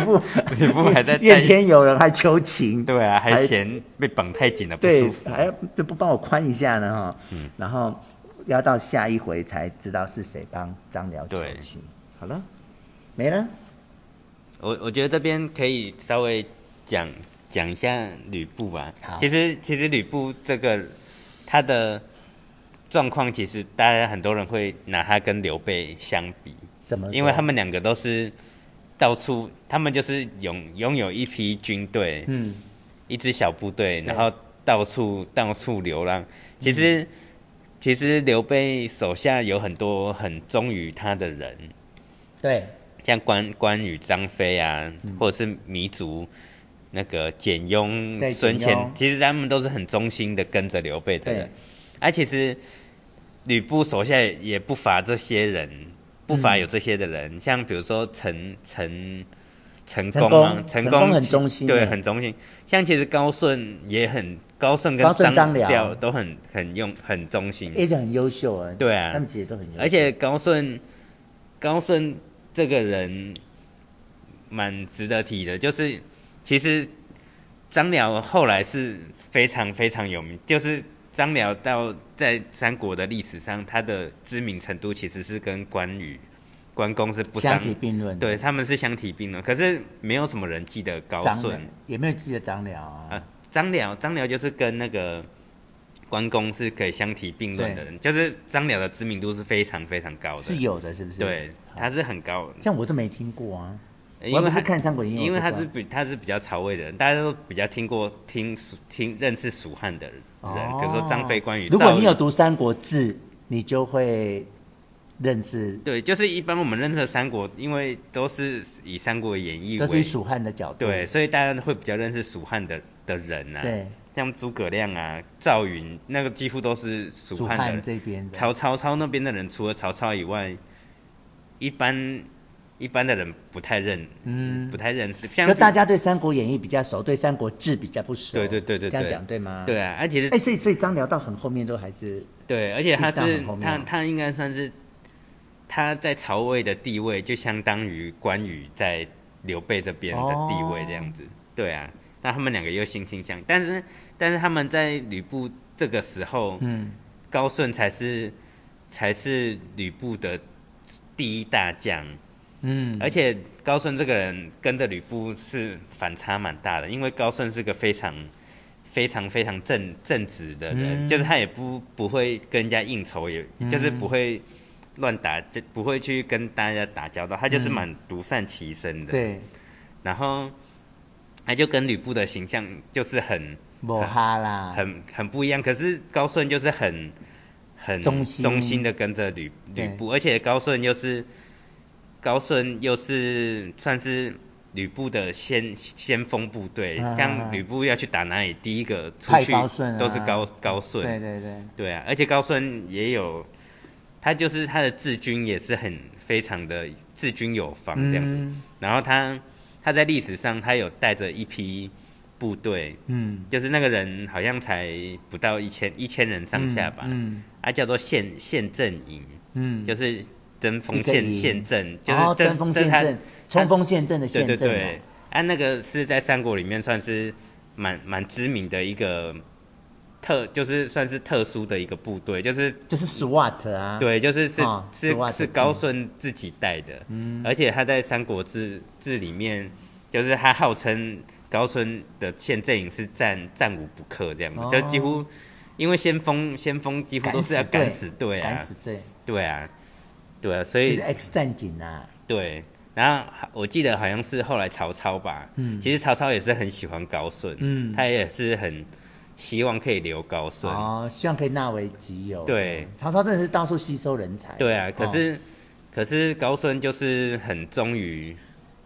S1: 布，
S2: 吕布还在
S1: 怨
S2: 带
S1: 天尤人，还求情。
S2: 对啊，还
S1: 还
S2: 嫌被绑太紧了不
S1: 对
S2: 舒，服，
S1: 还要就不帮我宽一下呢哈。然后要到下一回才知道是谁帮张辽求
S2: 对
S1: 情。好了，没了。
S2: 我我觉得这边可以稍微讲讲一下吕布吧
S1: 好。
S2: 其实其实吕布这个他的状况，其实大家很多人会拿他跟刘备相比，
S1: 怎么说？
S2: 因为他们两个都是到处，他们就是拥拥有一批军队，
S1: 嗯，
S2: 一支小部队，然后到处到处流浪。其
S1: 嗯
S2: 实、其实刘备手下有很多很忠于他的人，
S1: 对
S2: 像关关羽、张飞啊，
S1: 嗯
S2: 或者是糜竺、那个简
S1: 对
S2: 雍、
S1: 简
S2: 孙权
S1: 雍，
S2: 其实他们都是很忠心的跟着刘备的人
S1: 对。
S2: 而、其实吕布手下也不乏这些人，不乏
S1: 嗯
S2: 有这些的人，像比如说陈陈陈
S1: 陈
S2: 宫啊
S1: 宫，
S2: 陈
S1: 陈宫很忠心欸
S2: 对，很忠心。像其实高顺也很，高顺跟
S1: 高顺张辽
S2: 辽都很很用很忠心，
S1: 而且很优秀啊。
S2: 对啊
S1: 他们其实都很优秀。
S2: 而且高顺，高顺这个人蛮值得提的，就是其实张辽后来是非常非常有名，就是张辽到在三国的历史上，他的知名程度其实是跟关羽、关公是不
S1: 相
S2: 相
S1: 提并论的。
S2: 对，他们是相提并论，可是没有什么人记得高
S1: 张
S2: 顺
S1: 辽。有没有记得张辽啊？
S2: 啊，张辽，张辽就是跟那个关公是可以相提并论的人，就是张辽的知名度是非常非常高的，
S1: 是有的，是不是？，
S2: 对，他是很高，
S1: 这样我都没听过啊，我
S2: 因
S1: 又
S2: 为
S1: 不是
S2: 他
S1: 看《三国演义》我
S2: 因
S1: 不
S2: 为
S1: 知道，
S2: 他是比他是比较曹魏的人，大家都比较听过听听认识蜀汉的人，比如说张飞、关羽。
S1: 哦如果
S2: 赵
S1: 你
S2: 云
S1: 有读《三国志》，你就会认识，
S2: 对，就是一般我们认识的三国，因为都是以《三国演义》
S1: 都是以
S2: 为
S1: 蜀汉的角度。
S2: 对，所以大家会比较认识蜀汉的的人啊，
S1: 对，
S2: 像诸葛亮啊、赵云，那个几乎都是蜀
S1: 蜀
S2: 汉的
S1: 汉
S2: 人。
S1: 这边的，
S2: 曹曹操那边的人，除了曹操以外，一般一般的人不太认，嗯，不太认识。像
S1: 就大家对《三国演义》比较熟，对《三国志》比较不熟。
S2: 对对对对
S1: 这样
S2: 对
S1: 讲对吗？。
S2: 对啊，而且是
S1: 哎，所以所以张辽到很后面都还是
S2: 对，而且他
S1: 历史上
S2: 是
S1: 很后面
S2: 他
S1: 啊
S2: 他应该算是他在曹魏的地位，就相当于关羽在刘备这边的地位这
S1: 哦
S2: 样子。对啊，那他们两个又惺惺相惜，但是但是他们在吕布这个时候，
S1: 嗯，
S2: 高顺才是才是吕布的第一大将。
S1: 嗯
S2: 而且高顺这个人跟着吕布是反差蛮大的，因为高顺是个非常、非常、非常正正直的
S1: 嗯
S2: 人，就是他也不不会跟人家应酬，也、就是不会乱打，就不会去跟大家打交道，他就是蛮独善其身的。
S1: 嗯对，
S2: 然后他就跟吕布的形象就是很、
S1: 抹哈啦，
S2: 很、很不一样。可是高顺就是很、很
S1: 忠心
S2: 忠心的跟着吕
S1: 对
S2: 吕布，而且高顺又是高顺又是算是吕布的先先锋部队，
S1: 啊
S2: 像吕布要去打哪里，第一个出
S1: 派
S2: 去
S1: 高顺啊
S2: 都是高高顺，
S1: 对对对，
S2: 对啊，而且高顺也有，他就是他的治军也是很非常的治军有方这样子。
S1: 嗯
S2: 然后他他在历史上他有带着一批部队，
S1: 嗯，
S2: 就是那个人好像才不到一千一千人上下吧，
S1: 嗯
S2: 啊叫做县县阵营，
S1: 嗯，
S2: 就是登
S1: 一
S2: 封
S1: 个营
S2: 县县镇，就是
S1: 哦
S2: 这
S1: 登封
S2: 这是
S1: 县
S2: 他
S1: 镇，冲锋陷阵的
S2: 对
S1: 陷
S2: 对
S1: 阵哦
S2: 对
S1: 嘛，，
S2: 啊，那个是在三国里面算是蛮蛮知名的一个特，就是算是特殊的一个部队，就是
S1: 就是 SWAT 啊，，
S2: 对，就是是、
S1: 哦
S2: 是
S1: 十万
S2: 是
S1: 个
S2: 高顺自己带的，
S1: 嗯
S2: 而且他在《三国志志》里面，就是他号称高顺的县阵营是战战无不克这样子，
S1: 哦
S2: 就几乎因为先锋先锋几乎都是要
S1: 赶
S2: 赶
S1: 死
S2: 死队
S1: 敢
S2: 啊，
S1: 死队，
S2: 对啊，对啊，所
S1: 就
S2: 以
S1: 是 X 战警啊，
S2: 对，然后我记得好像是后来曹操吧，嗯，其实曹操也是很喜欢高顺，
S1: 嗯
S2: 他也是很希望可以留高顺，
S1: 哦，希望可以纳为己有。
S2: 对，
S1: 曹操真的是到处吸收人才。
S2: 对啊，可
S1: 哦
S2: 是、可是高顺就是很忠于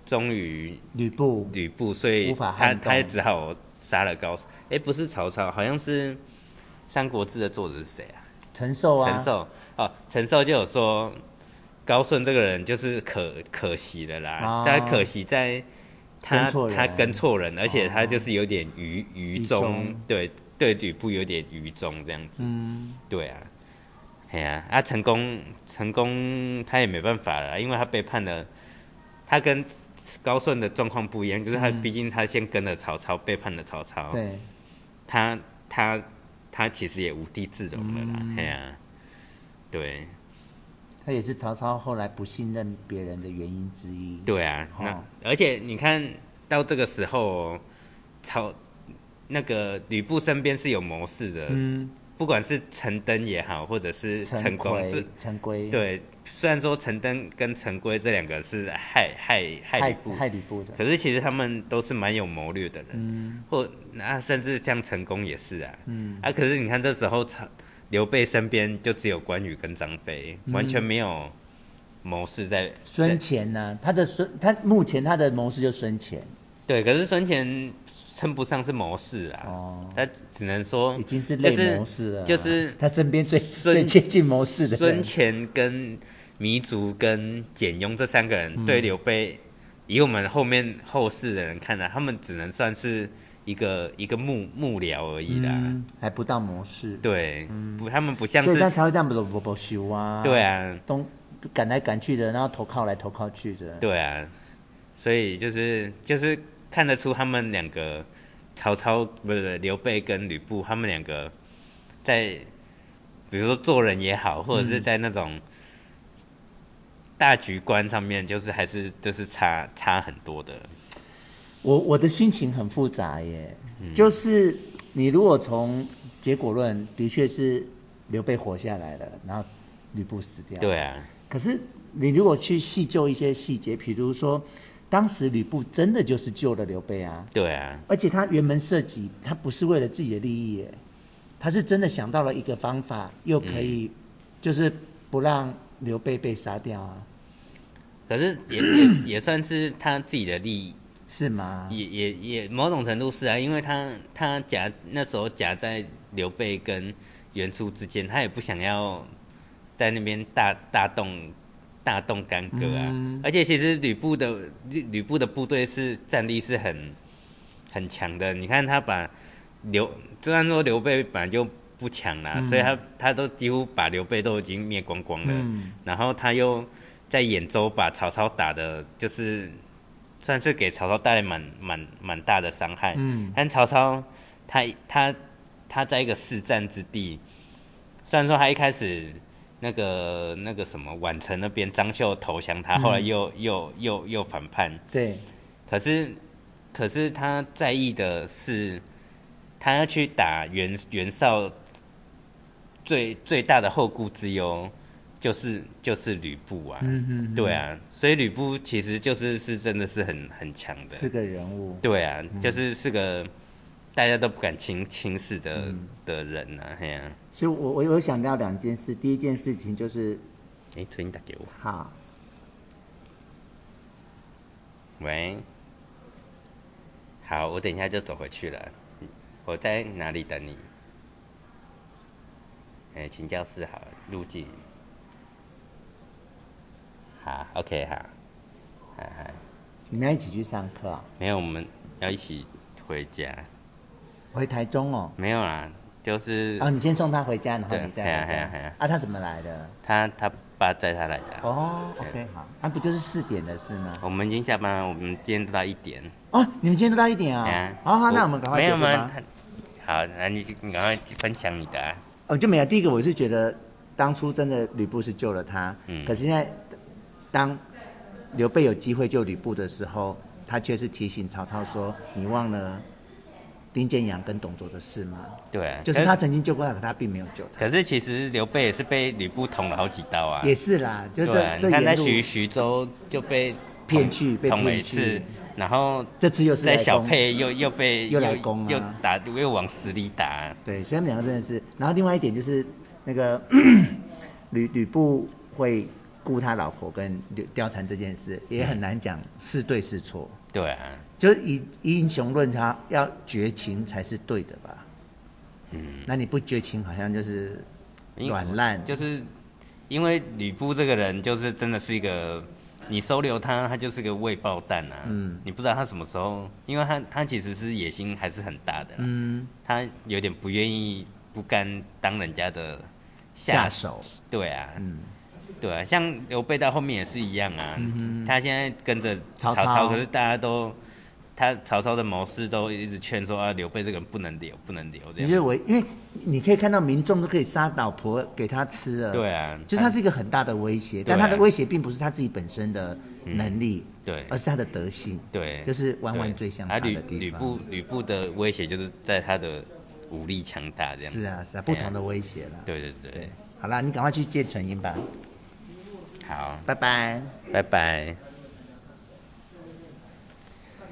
S2: 忠于
S1: 吕布
S2: 吕布，所以
S1: 无法
S2: 他
S1: 撼动
S2: 他只好杀了高顺。哎、不是曹操，好像是《三国志》的作者是谁啊？
S1: 陈寿啊，
S2: 陈寿哦，陈寿就有说高顺这个人就是可可惜了啦
S1: 哦，
S2: 他、可惜在他
S1: 跟错人哦
S2: 他跟错人，而且他就是有点愚愚
S1: 愚
S2: 忠
S1: 忠，
S2: 对对吕布有点愚忠这样子。
S1: 嗯，
S2: 对啊，哎呀、啊，成功成功他也没办法了，因为他被判了，他跟高顺的状况不一样，就是他毕竟他先跟了曹操，背叛了曹操，
S1: 嗯对，
S2: 他他他其实也无地自容了啦，
S1: 嗯
S2: 哎呀、对
S1: 他也是曹操后来不信任别人的原因之一。
S2: 对啊，那、
S1: 哦
S2: 而且你看到这个时候哦，曹那个吕布身边是有谋士的，
S1: 嗯，
S2: 不管是陈登也好，或者是陈宫是
S1: 馗、陈规，，
S2: 对，虽然说陈登跟陈规这两个是害害害吕
S1: 害
S2: 布，
S1: 害吕布的。
S2: 可是其实他们都是蛮有谋略的人，
S1: 嗯
S2: 或那、甚至像陈宫也是啊，嗯，啊，可是你看这时候曹刘备身边就只有关羽跟张飞，
S1: 嗯
S2: 完全没有谋士在
S1: 孙
S2: 在
S1: 权呢、他的孙，他目前他的谋士就孙权，
S2: 对，可是孙权称不上是谋士啊，
S1: 哦
S2: 他只能说
S1: 已经是
S2: 就
S1: 类谋士了啊、
S2: 就是
S1: 他身边最
S2: 孙
S1: 最接近谋士的
S2: 孙
S1: 人。
S2: 权跟糜竺跟简雍这三个人对刘备，以我们后面后世的人看来、他们只能算是一个一个幕幕僚而已啦。
S1: 嗯，还不到谋士，
S2: 啊对，不，他们不像
S1: 所以他
S2: 是
S1: 才会这样不不不修啊，
S2: 对，啊，
S1: 东赶来赶去的，然后投靠来投靠去的，
S2: 对啊，所以就是就是看得出他们两个，曹操不是不是刘备跟吕布，他们两个在，比如说做人也好，或者是在那种大局观上面，就是还是就是差差很多的。嗯
S1: 我我的心情很复杂耶，就是你如果从结果论，的确是刘备活下来了，然后吕布死掉。
S2: 对啊，
S1: 可是你如果去细究一些细节，比如说，当时吕布真的就是救了刘备啊，
S2: 对啊，
S1: 而且他原门设计，他不是为了自己的利益耶，他是真的想到了一个方法，又可
S2: 嗯
S1: 以就是不让刘备被杀掉啊，
S2: 可是也也也算是他自己的利益，
S1: 是吗？
S2: 也也也某种程度是啊，因为他他夹那时候夹在刘备跟袁术之间，他也不想要在那边大大动大动干戈啊。而且其实吕布的吕吕布的部队是战力是很很强的，你看他把刘虽然说刘备本来就不强啦，所以他他都几乎把刘备都已经灭光光了，然后他又在兖州把曹操打的，就是算是给曹操带来蛮蛮蛮大的伤害。
S1: 嗯，
S2: 但曹操他他他在一个四战之地，虽然说他一开始那个那个什么宛城那边张绣投降他，后来又、又又又反叛，
S1: 对，
S2: 可是，可是他在意的是，他要去打袁袁绍最最大的后顾之忧，就是就是吕布啊，对啊，所以吕布其实就是是真的是很很强的，
S1: 是个人物。
S2: 对啊，就是是个大家都不敢轻轻视的、的人啊，嘿啊，
S1: 所以我我有想到两件事，第一件事情就是
S2: 哎、推你打给我，
S1: 好，
S2: 喂，好，我等一下就走回去了。我在哪里等你？哎、请教室好了，入境。好，OK，好，好好，
S1: 你们要一起去上课啊？
S2: 没有，我们要一起回家。
S1: 回台中哦。
S2: 没有啦，就是
S1: 哦，你先送他回家，然后
S2: 对
S1: 你再
S2: 嘿啊
S1: 回
S2: 嘿啊嘿
S1: 家
S2: 啊。
S1: 啊，他怎么来的？
S2: 他他爸载他来的啊。
S1: 哦，OK，好，
S2: 啊
S1: 那不就是四点的事吗？
S2: 我们已经下班了，我们今天都到一点。
S1: 哦，你们今天都到一点
S2: 哎
S1: 啊
S2: 呀。
S1: 好好，那我们赶快
S2: 没
S1: 结
S2: 有
S1: 束
S2: 没有
S1: 吧。
S2: 他好，那你你赶快分享你的、啊。
S1: 哦，就没有。第一个，我是觉得当初真的吕布是救了他，
S2: 嗯
S1: 可是现在当刘备有机会救吕布的时候，他却是提醒曹操说：“你忘了丁建阳跟董卓的事吗？
S2: 对、啊，
S1: 就是他曾经救过他，可他并没有救他。
S2: 可是其实刘备也是被吕布捅了好几刀啊。”
S1: 也是啦，就
S2: 对啊，
S1: 这这
S2: 你看在
S1: 沿路，
S2: 徐徐州就被捅
S1: 骗去被
S2: 捅了
S1: 骗
S2: 一次
S1: 去，
S2: 然后
S1: 这次又是
S2: 在
S1: 来
S2: 小
S1: 攻
S2: 沛又又被
S1: 又来攻啊
S2: 又打又往死里打，啊
S1: 对，所以他们两个真的是。然后另外一点就是那个吕吕布会顾他老婆跟貂貂蝉这件事，也很难讲是对是错。
S2: 对啊，
S1: 就是以以英雄论，他要绝情才是对的吧？嗯，那你不绝情，好像就是
S2: 因
S1: 软烂。
S2: 就是因为吕布这个人就是真的是一个，你收留他，他就是个未爆弹啊，嗯，你不知道他什么时候，因为他他其实是野心还是很大的，嗯，他有点不愿意不甘当人家的
S1: 下
S2: 下
S1: 手，
S2: 对啊，
S1: 嗯
S2: 对啊，像刘备到后面也是一样啊，他现在跟着
S1: 曹
S2: 曹
S1: 操
S2: 操，可是大家都他曹操的谋士都一直劝说啊，刘备这个人不能留，不能留
S1: 你
S2: 这
S1: 认
S2: 样。
S1: 为？因为你可以看到民众都可以杀老婆给他吃了，
S2: 对啊
S1: 就是他是一个很大的威胁，但他的威胁并不是他自己本身的能力，
S2: 嗯对
S1: 而是他的德性，
S2: 对，
S1: 就是
S2: 哎对
S1: 弯弯追向
S2: 啊
S1: 他
S2: 吕
S1: 的
S2: 吕
S1: 地方。
S2: 布吕布的威胁就是在他的武力强大这样。
S1: 是啊，是啊，不同的威胁啦。
S2: 哎对对对，
S1: 好啦，你赶快去见纯英吧，
S2: 好，
S1: 拜拜。
S2: 拜拜。